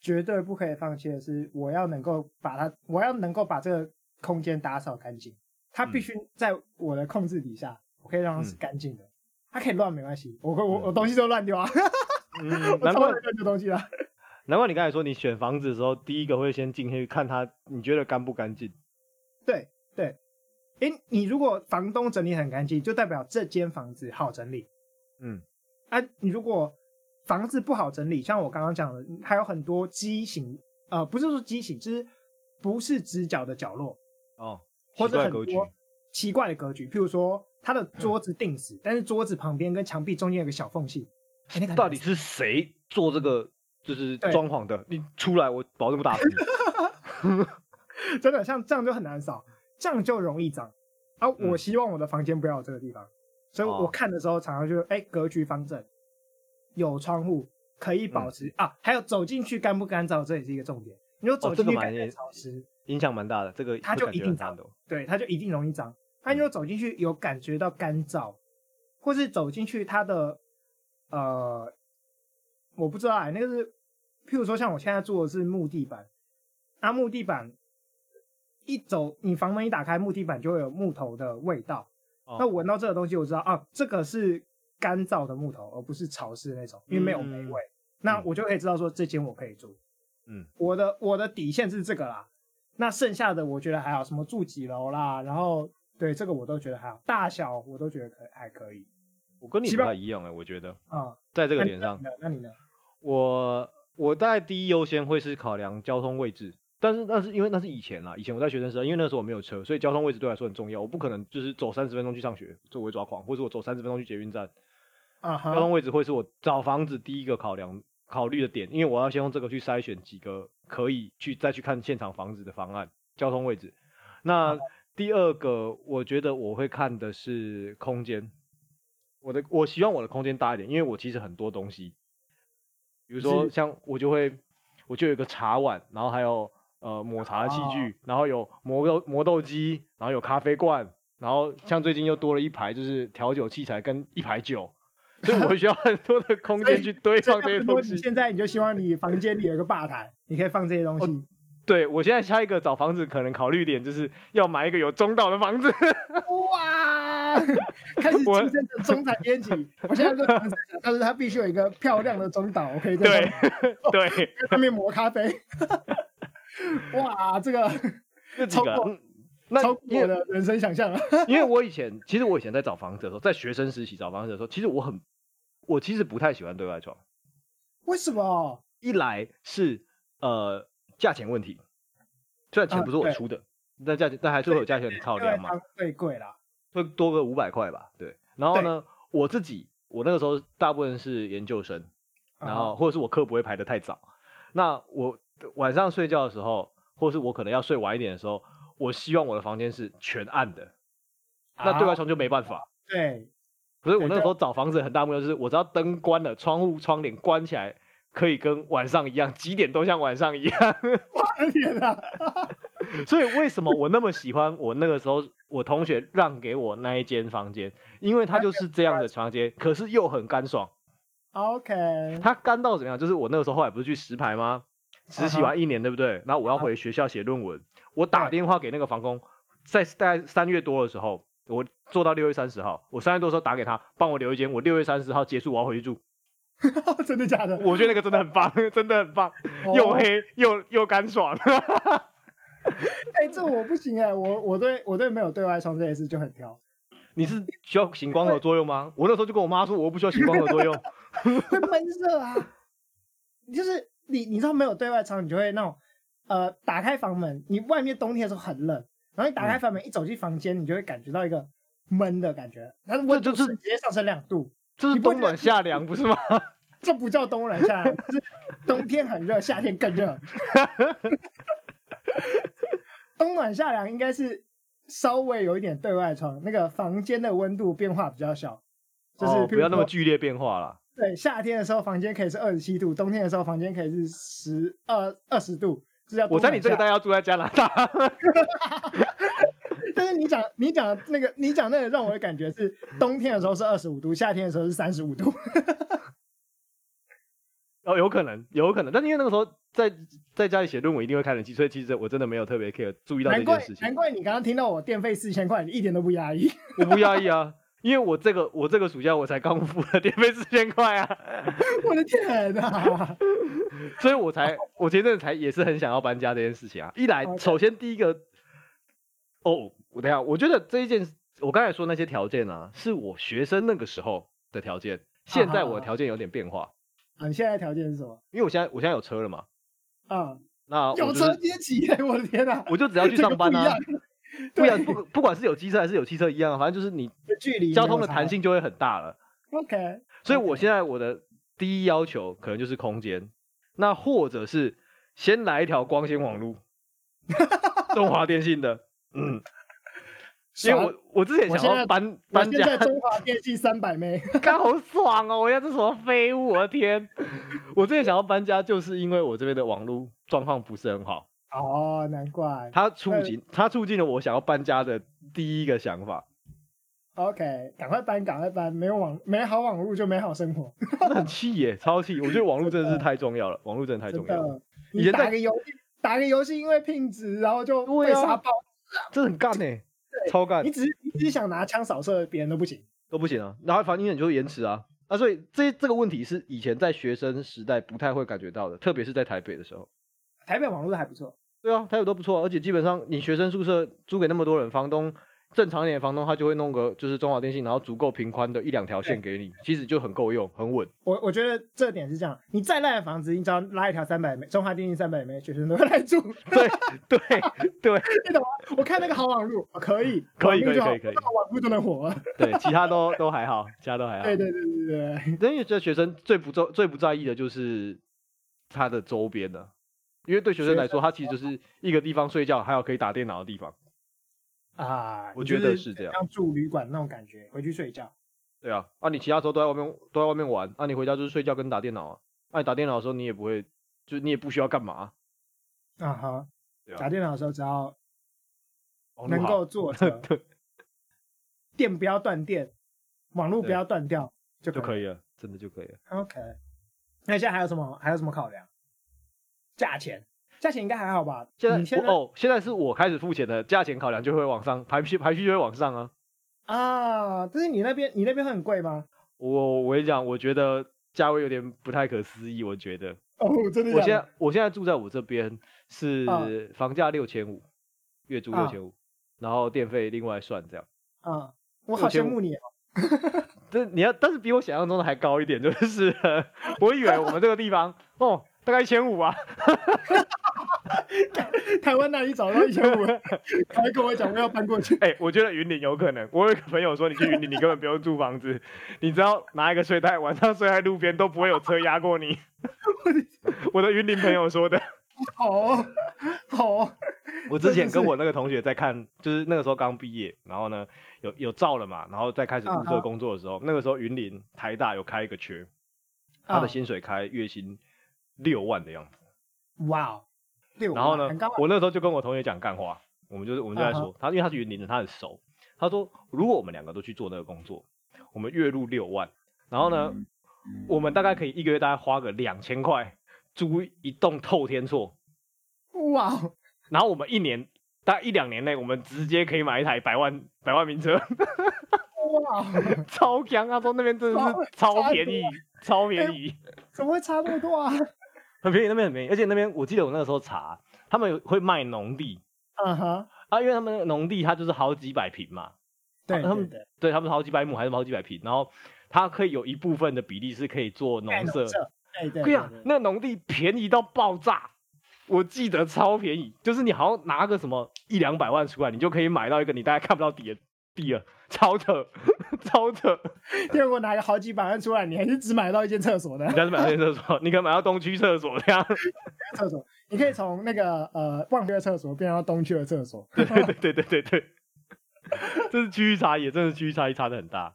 S2: 绝对不可以放弃的是，我要能够把它，我要能够把这个空间打扫干净。它
S1: 嗯
S2: 必须在我的控制底下，我可以让它是干净的。它可以乱没关系，我我我
S1: 嗯
S2: 东西都乱丢啊，
S1: 嗯，
S2: 我
S1: 难
S2: 超
S1: 怪
S2: 能乱丢东西啊。
S1: 难怪你刚才说你选房子的时候，第一个会先进去看它，你觉得干不干净？
S2: 对对，诶，你如果房东整理很干净，就代表这间房子好整理。
S1: 嗯
S2: 啊，你如果房子不好整理，像我刚刚讲的，还有很多畸形，呃，不是说畸形，就是不是直角的角落，
S1: 哦，
S2: 或
S1: 奇
S2: 者
S1: 怪
S2: 很
S1: 格局，
S2: 多奇怪的格局，譬如说它的桌子定死，但是桌子旁边跟墙壁中间有个小缝隙，哎、那个很
S1: 到底是谁做这个就是
S2: 对
S1: 装潢的？你出来，我保证不打死你。
S2: 真的像这样就很难扫，这样就容易脏。啊，
S1: 嗯
S2: 我希望我的房间不要有这个地方，所以
S1: 哦
S2: 我看的时候常常就哎、格局方正，有窗户可以
S1: 嗯
S2: 保持、啊，还有走进去干不干燥，这也是一个重点。你说走
S1: 哦
S2: 进
S1: 这
S2: 去
S1: 个
S2: 感
S1: 蛮
S2: 觉潮湿，
S1: 影响蛮大的，这 个
S2: 它
S1: 这
S2: 就
S1: 感
S2: 一
S1: 觉
S2: 定
S1: 很大
S2: 脏
S1: 的哦。
S2: 对，它就一定容易脏。那你如果走进去有感觉到干燥，或是走进去它的呃，我不知道哎、那个是，譬如说像我现在住的是木地板，那木地板一走，你房门一打开，木地板就会有木头的味道。
S1: 哦
S2: 那我闻到这个东西，我知道啊，这个是干燥的木头，而不是潮湿的那种，因为没有霉
S1: 嗯
S2: 味。那
S1: 嗯
S2: 我就可以知道说这间我可以住。
S1: 嗯，
S2: 我的我的底线是这个啦。那剩下的我觉得还好，什么住几楼啦，然后对这个我都觉得还好，大小我都觉得可还可以
S1: 我跟你
S2: 奇
S1: 不
S2: 怪
S1: 太一样哎、我觉得
S2: 啊。
S1: 在这
S2: 这
S1: 个点上，
S2: 那你呢？
S1: 我我大概第一优先会是考量交通位置，但是那是因为那是以前啦，以前我在学生时代，因为那时候我没有车，所以交通位置对我来说很重要。我不可能就是走三十分钟去上学，这我会抓狂，或者我走三十分钟去捷运站，
S2: 啊
S1: 交通
S2: 哈，
S1: 位置会是我找房子第一个考量考虑的点，因为我要先用这个去筛选几个可以去再去看现场房子的方案，交通位置。那第二个，我觉得我会看的是空间，我的我希望我的空间大一点，因为我其实很多东西，比如说
S2: 是
S1: 像我就会我就有一个茶碗，然后还有呃抹茶的器
S2: 哦
S1: 具，然后有磨豆磨豆机，然后有咖啡罐，然后像最近又多了一排就是调酒器材跟一排酒，所 以我需要很多的空
S2: 所
S1: 间
S2: 以
S1: 去堆
S2: 所
S1: 放
S2: 以
S1: 这
S2: 差
S1: 些
S2: 不多
S1: 东
S2: 你
S1: 西。
S2: 现在你就希望你房间里有一个吧台，你可以放这些东
S1: 哦
S2: 西。
S1: 对我现在下一个找房子可能考虑点就是要买一个有中岛的房 子。
S2: 哇， 开始
S1: 我
S2: 晋升的中产阶级。我现在就想，但是他必须有一个漂亮的中岛，我可以在
S1: 对
S2: 上面
S1: 对，
S2: 在上面磨咖啡。哇，这个
S1: 这几
S2: 超
S1: 个啊。
S2: 过
S1: 嗯那
S2: 超过
S1: 因
S2: 我
S1: 为
S2: 的人生想象了。
S1: 因为我以前其实我以前在找房子的时候，在学生时期找房子的时候，其实我很我其实不太喜欢对外窗。
S2: 为什么？
S1: 一来是呃价钱问题，虽然钱
S2: 啊
S1: 不是我
S2: 对
S1: 出的，但价钱但还是会有价钱考
S2: 因为
S1: 量嘛，
S2: 它最贵啦。
S1: 会多个五百块吧，对。然后
S2: 对
S1: 呢，我自己我那个时候大部分是研究生，
S2: 嗯
S1: 然后或者是我课不会排得太早，那我晚上睡觉的时候，或是我可能要睡晚一点的时候，我希望我的房间是全暗的，那对外
S2: 啊
S1: 窗就没办法。
S2: 对
S1: 不是
S2: 对
S1: 我那
S2: 对
S1: 时候找房子很大目标就是，我只要灯关了，窗户窗帘关起来，可以跟晚上一样，几点都像晚上一样。
S2: 天哪！
S1: 所以为什么我那么喜欢我那个时候我同学让给我那一间房间，因为它就是这样的房间，可是又很干爽。
S2: OK，
S1: 它干到怎么样？就是我那个时候后来不是去石牌吗？实习完一年，对不对？然后我要回学校写论文，我打
S2: 对
S1: 电话给那个房东，在大概三月多的时候，我做到六月三十号，我三月多的时候打给他，帮我留一间，我六月三十号结束我要回去住。
S2: 真的假的？
S1: 我觉得那个真的很棒， 真的很棒，又
S2: 哦
S1: 黑又又干爽。
S2: 哦哎、这我不行哎、我我对我对没有对外窗这件事就很挑。
S1: 你是需要行光合作用吗？我那时候就跟我妈说，我不需要行光合作用。
S2: 会闷热啊。就是你，你知道没有对外窗，你就会那种，呃，打开房门，你外面冬天的时候很冷，然后你打
S1: 嗯
S2: 开房门、一走进房间，你就会感觉到一个闷的感觉，它的温
S1: 这
S2: 度
S1: 就是
S2: 是直接上升两度，
S1: 这是冬暖夏凉，不是 吗？
S2: 这不叫冬冷夏，是冬天很热，夏天更热。冬暖夏凉应该是稍微有一点对外窗，那个房间的温度变化比较小，就是、
S1: 哦、不要那 么剧烈变化啦。
S2: 对，夏天的时候房间可以是二十七度，冬天的时候房间可以是十二二十度，这叫
S1: 我
S2: 在
S1: 猜你这个大家要住在加拿大，
S2: 但是你讲你讲的那个你讲那个让我的感觉是，冬天的时候是二十五度，夏天的时候是三十 五度。
S1: 哦，有可能，有可能。但是因为那个时候在在家里写论文，一定会开冷气，所以其实我真的没有特别 care 注意到
S2: 难
S1: 这
S2: 怪
S1: 件事情
S2: 难。怪你刚刚听到我电费四千块，你一点都不 压抑。
S1: 我不压抑啊，因为我这个我这个暑假我才刚付了电费四千块啊，
S2: 我的天哪！
S1: 所以我才我前阵子才也是很想要搬家这件事情啊。一来，
S2: OK
S1: 首先第一个，哦，我等一下，我觉得这一件我刚才说那些条件啊，是我学生那个时候的条件，现在我的条件有点变化，
S2: 啊，你现在的条件是什么？
S1: 因为我现在我现在有车了嘛，
S2: 啊，
S1: 那我
S2: 有
S1: 就是
S2: 车接起耶！我的天哪！
S1: 我就只要去
S2: 这个
S1: 上班啊，
S2: 不一样
S1: 不
S2: 对
S1: 然不不管是有机车还是有汽车一样啊，反正就是你
S2: 距离
S1: 交通的弹。性就会很大了。
S2: OK，
S1: 所以我现在我的第一要求可能就是空间，那或者是先来一条光纤网 路，中华电信的，嗯，因为
S2: 爽
S1: 我我之前
S2: 我
S1: 想
S2: 现
S1: 要
S2: 在
S1: 搬
S2: 我
S1: 搬
S2: 现
S1: 家
S2: 在，中华电信三百枚。
S1: 刚好爽哦！我要这什么废物，我的 天！我之前想要搬家，就是因为我这边的网路状况不是很好，
S2: 哦，难怪。
S1: 它促
S2: 那
S1: 进它促进了我想要搬家的第一个想法。
S2: OK，赶快搬，赶快搬，没有网，没好网路就没好生活，
S1: 那很气耶，超气！我觉得网络真的是太重要了，网络真的太
S2: 真
S1: 重要了，
S2: 的。
S1: 以
S2: 你
S1: 前在
S2: 打个游戏，打个游戏，因为拼值，然后就
S1: 对
S2: 被
S1: 啊
S2: 杀爆。
S1: 这很干呢、欸超干
S2: 你只是你只是想拿枪扫射别人都不行。
S1: 都不行啊。然后反正你就是延迟啊，啊，所以这这个问题是以前在学生时代不太会感觉到的，特别是在台北的时候。
S2: 台北网络还不错，
S1: 对啊，台北都不错啊、而且基本上你学生宿舍租给那么多人，房东正常一点的房东他就会弄个就是中华电信，然后足够平宽的一两条线给你，其实就很够用，很 稳。
S2: 我我觉得这点是这样，你再烂的房子，你只要拉一条三百枚，中华电信三百枚，学生都会 来住。
S1: 对对对
S2: 我看那个好网路，哦可以，
S1: 可以
S2: 网路就好
S1: 可以可以可以啊
S2: 那网路就能活了。
S1: 对，其他都都还好，其他都还好。
S2: 对对对对对，
S1: 因为这学生最不重最不在意的就是他的周边呢、因为对学生来说，他
S2: 哦
S1: 其实就是一个地方睡觉，还有可以打电脑的地方。
S2: 啊，
S1: 我
S2: 你
S1: 觉
S2: 就
S1: 得
S2: 是
S1: 是这样
S2: 像住旅馆那种感觉，回去睡觉。
S1: 对啊，啊你其他时候都在外面都在外面玩，啊你回家就是睡觉跟打电脑啊，啊你打电脑的时候你也不会，就是你也不需要干嘛、
S2: 啊哈
S1: 对，啊
S2: 打电脑的时候只要
S1: 网络
S2: 能
S1: 好
S2: 够 坐着
S1: 对，
S2: 电不要断电，网络不
S1: 对
S2: 要断掉就
S1: 就
S2: 可
S1: 可
S2: 以。
S1: 以了，真的就可以了。
S2: OK，那现在还有什么还有什么考量？价钱，价钱应该还好吧？
S1: 现在
S2: 你现
S1: 我
S2: 在
S1: 哦，现在是我开始付钱的，价钱考量就会往上，排序排序就会往上啊。
S2: 啊，但是你那边你那边会很贵吗？
S1: 我我跟你讲，我觉得价位有点不太可思议，我觉得。
S2: 哦，真的
S1: 我
S2: 假
S1: 现
S2: 的
S1: 在我现在住在我这边
S2: 啊
S1: 是房价六千五，月租
S2: 啊
S1: 六千五，然后电费另外算这样。
S2: 啊，我好羡慕你哦。
S1: 这你要，但是比我想象中的还高一点， 就是了我以为我们这个地方哦，大概一千五啊，
S2: 台湾那里找到一千 五，还跟我讲我要搬过去。
S1: 哎、我觉得云林有可能。我有一个朋友说，你去云林，你根本不用租房子，你只要拿一个睡袋，晚上睡在路边都不会有车压过你。 我的云林朋友说的。
S2: 好哦，好哦，
S1: 我之前跟我那个同学在看，就是那个时候刚毕业，然后呢有有照了嘛，然后再开始
S2: 嗯
S1: 入社工作的时候，那个时候云林台大有开一个缺，他
S2: 啊
S1: 的薪水开月薪六万的样子。
S2: 哇哦，六万
S1: 然后呢
S2: 很高啊，嗯
S1: 我那时候就跟我同学讲干话，我们就是我们就在说，他因为他是云林人，他很熟，他说如果我们两个都去做那个工作，我们月入六万，然后
S2: 嗯
S1: 呢，我们大概可以一个月大概花个两千块租一栋透天厝，
S2: 哇哦，
S1: 然后我们一年大概一两年内，我们直接可以买一台百万百万名车，
S2: 哇哦，
S1: 超强！他说那边真的是超便宜，超便宜，哎
S2: 怎么会差那么多 啊？
S1: 很便宜，那边很便宜。而且那边我记得我那个时候查，他们有会卖农地
S2: 啊哈，
S1: 啊，因为他们那个农地它就是好几百平嘛，
S2: 对
S1: 他
S2: 对
S1: 们
S2: 对，
S1: 对他们好几百亩还是好几百平，然后它可以有一部分的比例是可以做农
S2: 盖
S1: 舍。
S2: 舍，对啊对
S1: 对呀、
S2: 对对
S1: 那农地便宜到爆炸，我记得超便宜，就是你好像拿个什么一两百万出来，你就可以买到一个你大概看不到底的地了，超扯， 超扯。
S2: 对，如果拿个好几百万出来，你还是只买到一间厕所的
S1: 你但是买到一间厕所，你可能买到东区厕所 这样。
S2: 厕所，你可以从那个呃望区的厕所变到东区的厕所。
S1: 对对对对对，这是区域差异，真的是区域差异差的很大。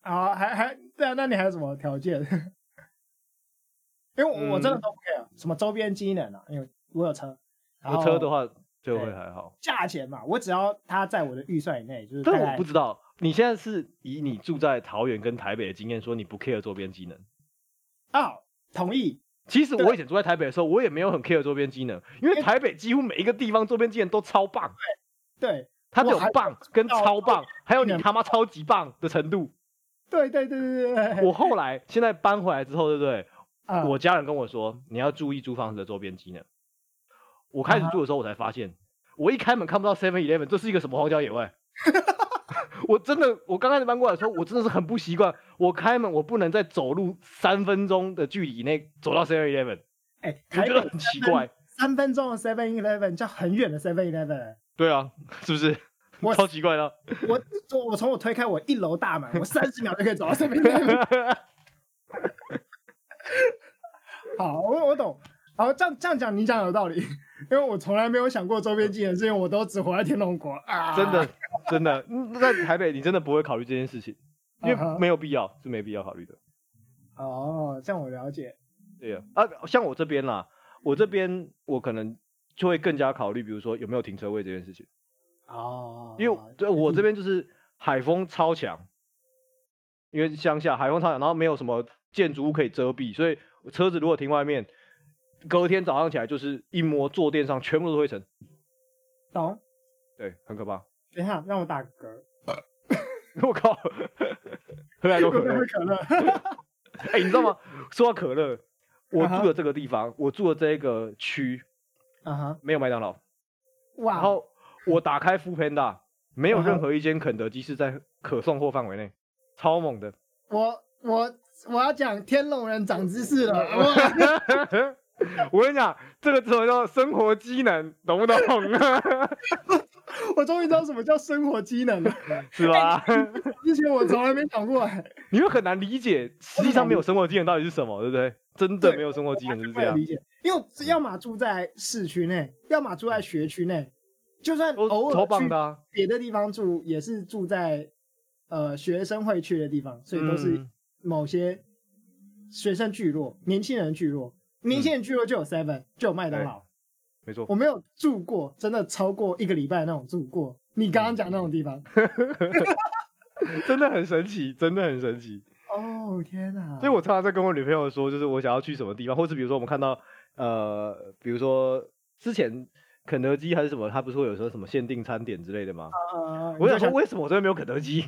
S2: 啊，还还对啊，那你还有什么条件？ 因为我,、我真的
S1: 嗯
S2: 都不 care 什么周边机能啊，因为我有车，然
S1: 有
S2: 后
S1: 车的话就会
S2: 对
S1: 还好，
S2: 价钱嘛，我只要它在我的预算以内，就是大
S1: 但
S2: 概
S1: 我不知道你现在是以你住在桃园跟台北的经验说你不 care 周边机能。
S2: 哦，同意
S1: 其实
S2: 对
S1: 我以前住在台北的时候，我也没有很 care 周边机能，因
S2: 因为
S1: 为台北几乎每一个地方周边机能都超棒，
S2: 对
S1: 它只有
S2: 我还
S1: 棒跟
S2: 到
S1: 超棒，还有
S2: 技
S1: 你
S2: 能
S1: 他妈超级棒的程度。
S2: 对对对对对对，
S1: 我后来现在搬回来之后，对不对？
S2: 啊
S1: 我家人跟我说，你要注意租房子的周边机能。我开始住的
S2: 啊
S1: 时候，我才发现，我一开门看不到 Seven Eleven，这是一个什么荒郊野 外？我真的，我刚开始搬过来的时候，我真的是很不习惯。我开门，我不能在走路三分钟的距离以内走到 Seven Eleven，
S2: 哎、
S1: 我
S2: 台
S1: 觉得
S2: 北
S1: 很奇怪。
S2: 三分钟的 Seven Eleven 叫很远的 Seven Eleven，
S1: 对啊，是不是
S2: 我？
S1: 超奇怪 的啊。
S2: 我我我从我推开我一楼大门，我三十秒就可以走到 Seven Eleven。好，我我懂。好，这样这样讲你讲有道理，因为我从来没有想过周边技能，是因为我都只活在天龙国啊。
S1: 真的，真的，嗯在台北你真的不会考虑这件事情，因
S2: 嗯哼
S1: 为没有必要，是没必要考虑的。
S2: 哦，这样我了解。
S1: 对啊，啊，像我这边啦，我这边我可能就会更加考虑，比如说有没有停车位这件事情，
S2: 哦，
S1: 因为对我这边就是海风超强，因为乡下海风超强，然后没有什么建筑物可以遮蔽，所以车子如果停外面，隔天早上起来就是一摸坐垫上全部都是灰尘，
S2: 懂。
S1: 对，很可怕。
S2: 等一下，让 我打个嗝。
S1: 我靠，喝太多可
S2: 会不
S1: 乐
S2: 会。可乐？
S1: 哎、你知道吗？说到可乐，我
S2: 啊哈
S1: 住的这个地方，我住的这个区
S2: 啊哈，
S1: 没有麦当劳，然
S2: 哇，
S1: 后我打开 f o o Panda，没有
S2: 啊哈
S1: 任何一间肯德基是在可送货范围内，超猛的。
S2: 我我我要讲天龙人长知识了。 哇
S1: 我跟你讲，这个词叫生活机能，懂不懂？
S2: 我终于知道什么叫生活机能了，
S1: 是吧？
S2: 哎之前我从来没想过。哎
S1: 你会很难理解，实际上没有生活技能到底是什么，对不对？真的
S2: 对
S1: 没有生活技能就是这
S2: 我
S1: 样嗯
S2: 理，解，因为要么住在市区内，要么住在学区内，就算偶
S1: 都超
S2: 尔
S1: 棒
S2: 去
S1: 的、啊，
S2: 别的地方住，也是住在呃学生会去的地方，所以都是
S1: 嗯
S2: 某些学生聚落、年轻人聚落。年轻人聚落就有 Seven，就有麦当劳。
S1: 没错。
S2: 我没有住过，真的超过一个礼拜那种住过。你刚刚讲那种地方，
S1: 真的很神奇，真的很神奇。
S2: 哦天哪！
S1: 嗯所以我常常在跟我女朋友说，就是我想要去什么地方，或是比如说我们看到呃，比如说之前肯德基还是什么，它不是会有时候什么限定餐点之类的吗？
S2: 呃，
S1: 我
S2: 你就
S1: 想说，为什么我这边没有肯德基？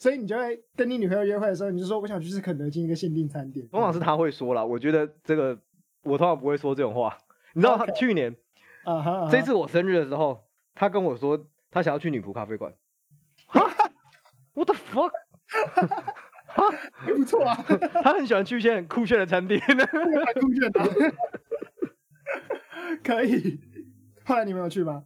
S2: 所以你就会跟你女朋友约会的时候，你就说我想去吃肯德基一个限定餐点。
S1: 通常是他会说啦，我觉得这个我通常不会说这种话。你知道他
S2: OK
S1: 去年
S2: 啊哈，啊哈
S1: 这次我生日的时候，他跟我说他想要去女仆咖啡馆。 我的 fuck，
S2: 还不错啊，
S1: 他很喜欢去一些很酷炫的餐厅。
S2: 还酷炫的， 可以。后来你们有去吗？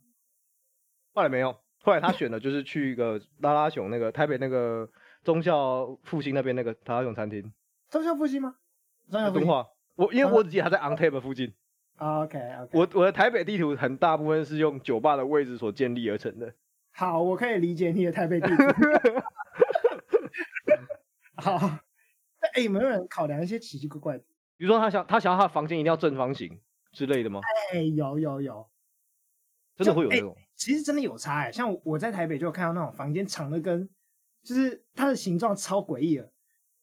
S1: 后来没有，后来他选的就是去一个拉拉熊那个台北那个中校复兴那边那个拉拉熊餐厅，
S2: 中校复兴吗？中
S1: 在
S2: 校复
S1: 敦
S2: 兴。啊
S1: 化。我因为我只记得他在 on tap 附近，
S2: OK OK，
S1: 我我的台北地图很大部分是用酒吧的位置所建立而成的。
S2: 好，我可以理解你的台北地址。 好，那哎，有没有人考量一些奇奇怪怪的？
S1: 比如说他想他想要他的房间一定要正方形之类的吗？
S2: 哎，有有有，
S1: 真的会有这种？
S2: 其实真的有差哎、像我在台北就有看到那种房间长的跟，就是它的形状超诡异的，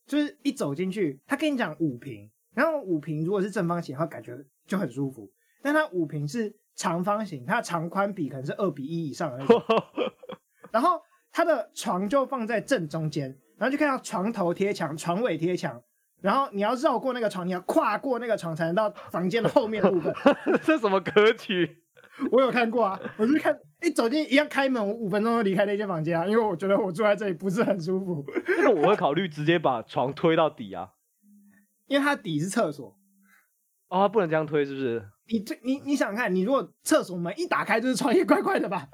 S2: 就是一走进去，他跟你讲五平，然后五平如果是正方形的话，感觉就很舒服，但它五平是长方形，它的长宽比可能是二比一以上的那
S1: 哦
S2: 种，然后它的床就放在正中间，然后就看到床头贴墙，床尾贴墙。然后你要绕过那个床，你要跨过那个床才能到房间的后面的部分。
S1: 这什么格局？
S2: 我有看过啊，我就看一走进一样开门，我五分钟就离开那间房间啊，因为我觉得我住在这里不是很舒服，
S1: 但是我会考虑直接把床推到底啊。
S2: 因为它底是厕所。
S1: 哦，不能这样推是不是？
S2: 你这你你想想看，你如果厕所门一打开就是床，也怪怪的吧？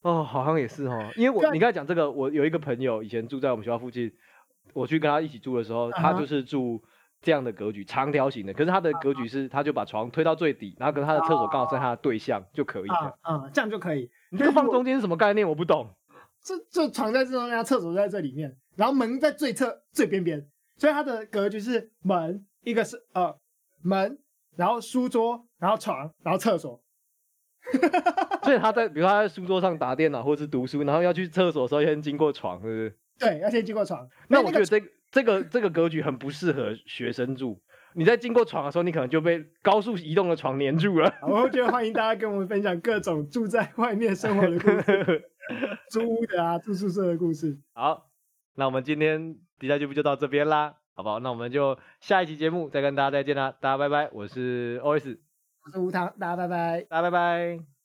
S1: 哦，好像也是哦，因为我
S2: 对啊
S1: 你刚才讲这个，我有一个朋友以前住在我们学校附近，我去跟他一起住的时候，他
S2: 啊哈
S1: 就是住这样的格局，长条形的，可是
S2: 嗯
S1: 他的格局是，他就把床推到最底，然后跟他的厕所刚好在他的对象就可以了。
S2: 啊啊，这样就可以。
S1: 你这个放中间是什么概念？我不懂。
S2: 这就床在这中间，厕所在这里面，然后门在最侧最边边，所以它的格局是门，一个是呃门，然后书桌，然后床，然后厕所。
S1: 所以他在，比如他在书桌上打电脑或是读书，然后要去厕所的时候先经过床，是不是？
S2: 对，要先经过床。
S1: 那
S2: 所
S1: 我
S2: 以
S1: 觉
S2: 那
S1: 得
S2: 个
S1: 这这个这个格局很不适合学生住。你在经过床的时候，你可能就被高速移动的床粘住了。
S2: 我觉得欢迎大家跟我们分享各种住在外面生活的故事，租屋的啊，住宿舍的故 事。
S1: 好，那我们今天迪赛俱部就到这边啦，好不好？那我们就下一期节目再跟大家再见啦，大家拜拜，我是 OS，
S2: 我是吴糖，大家拜拜。
S1: 大家拜拜。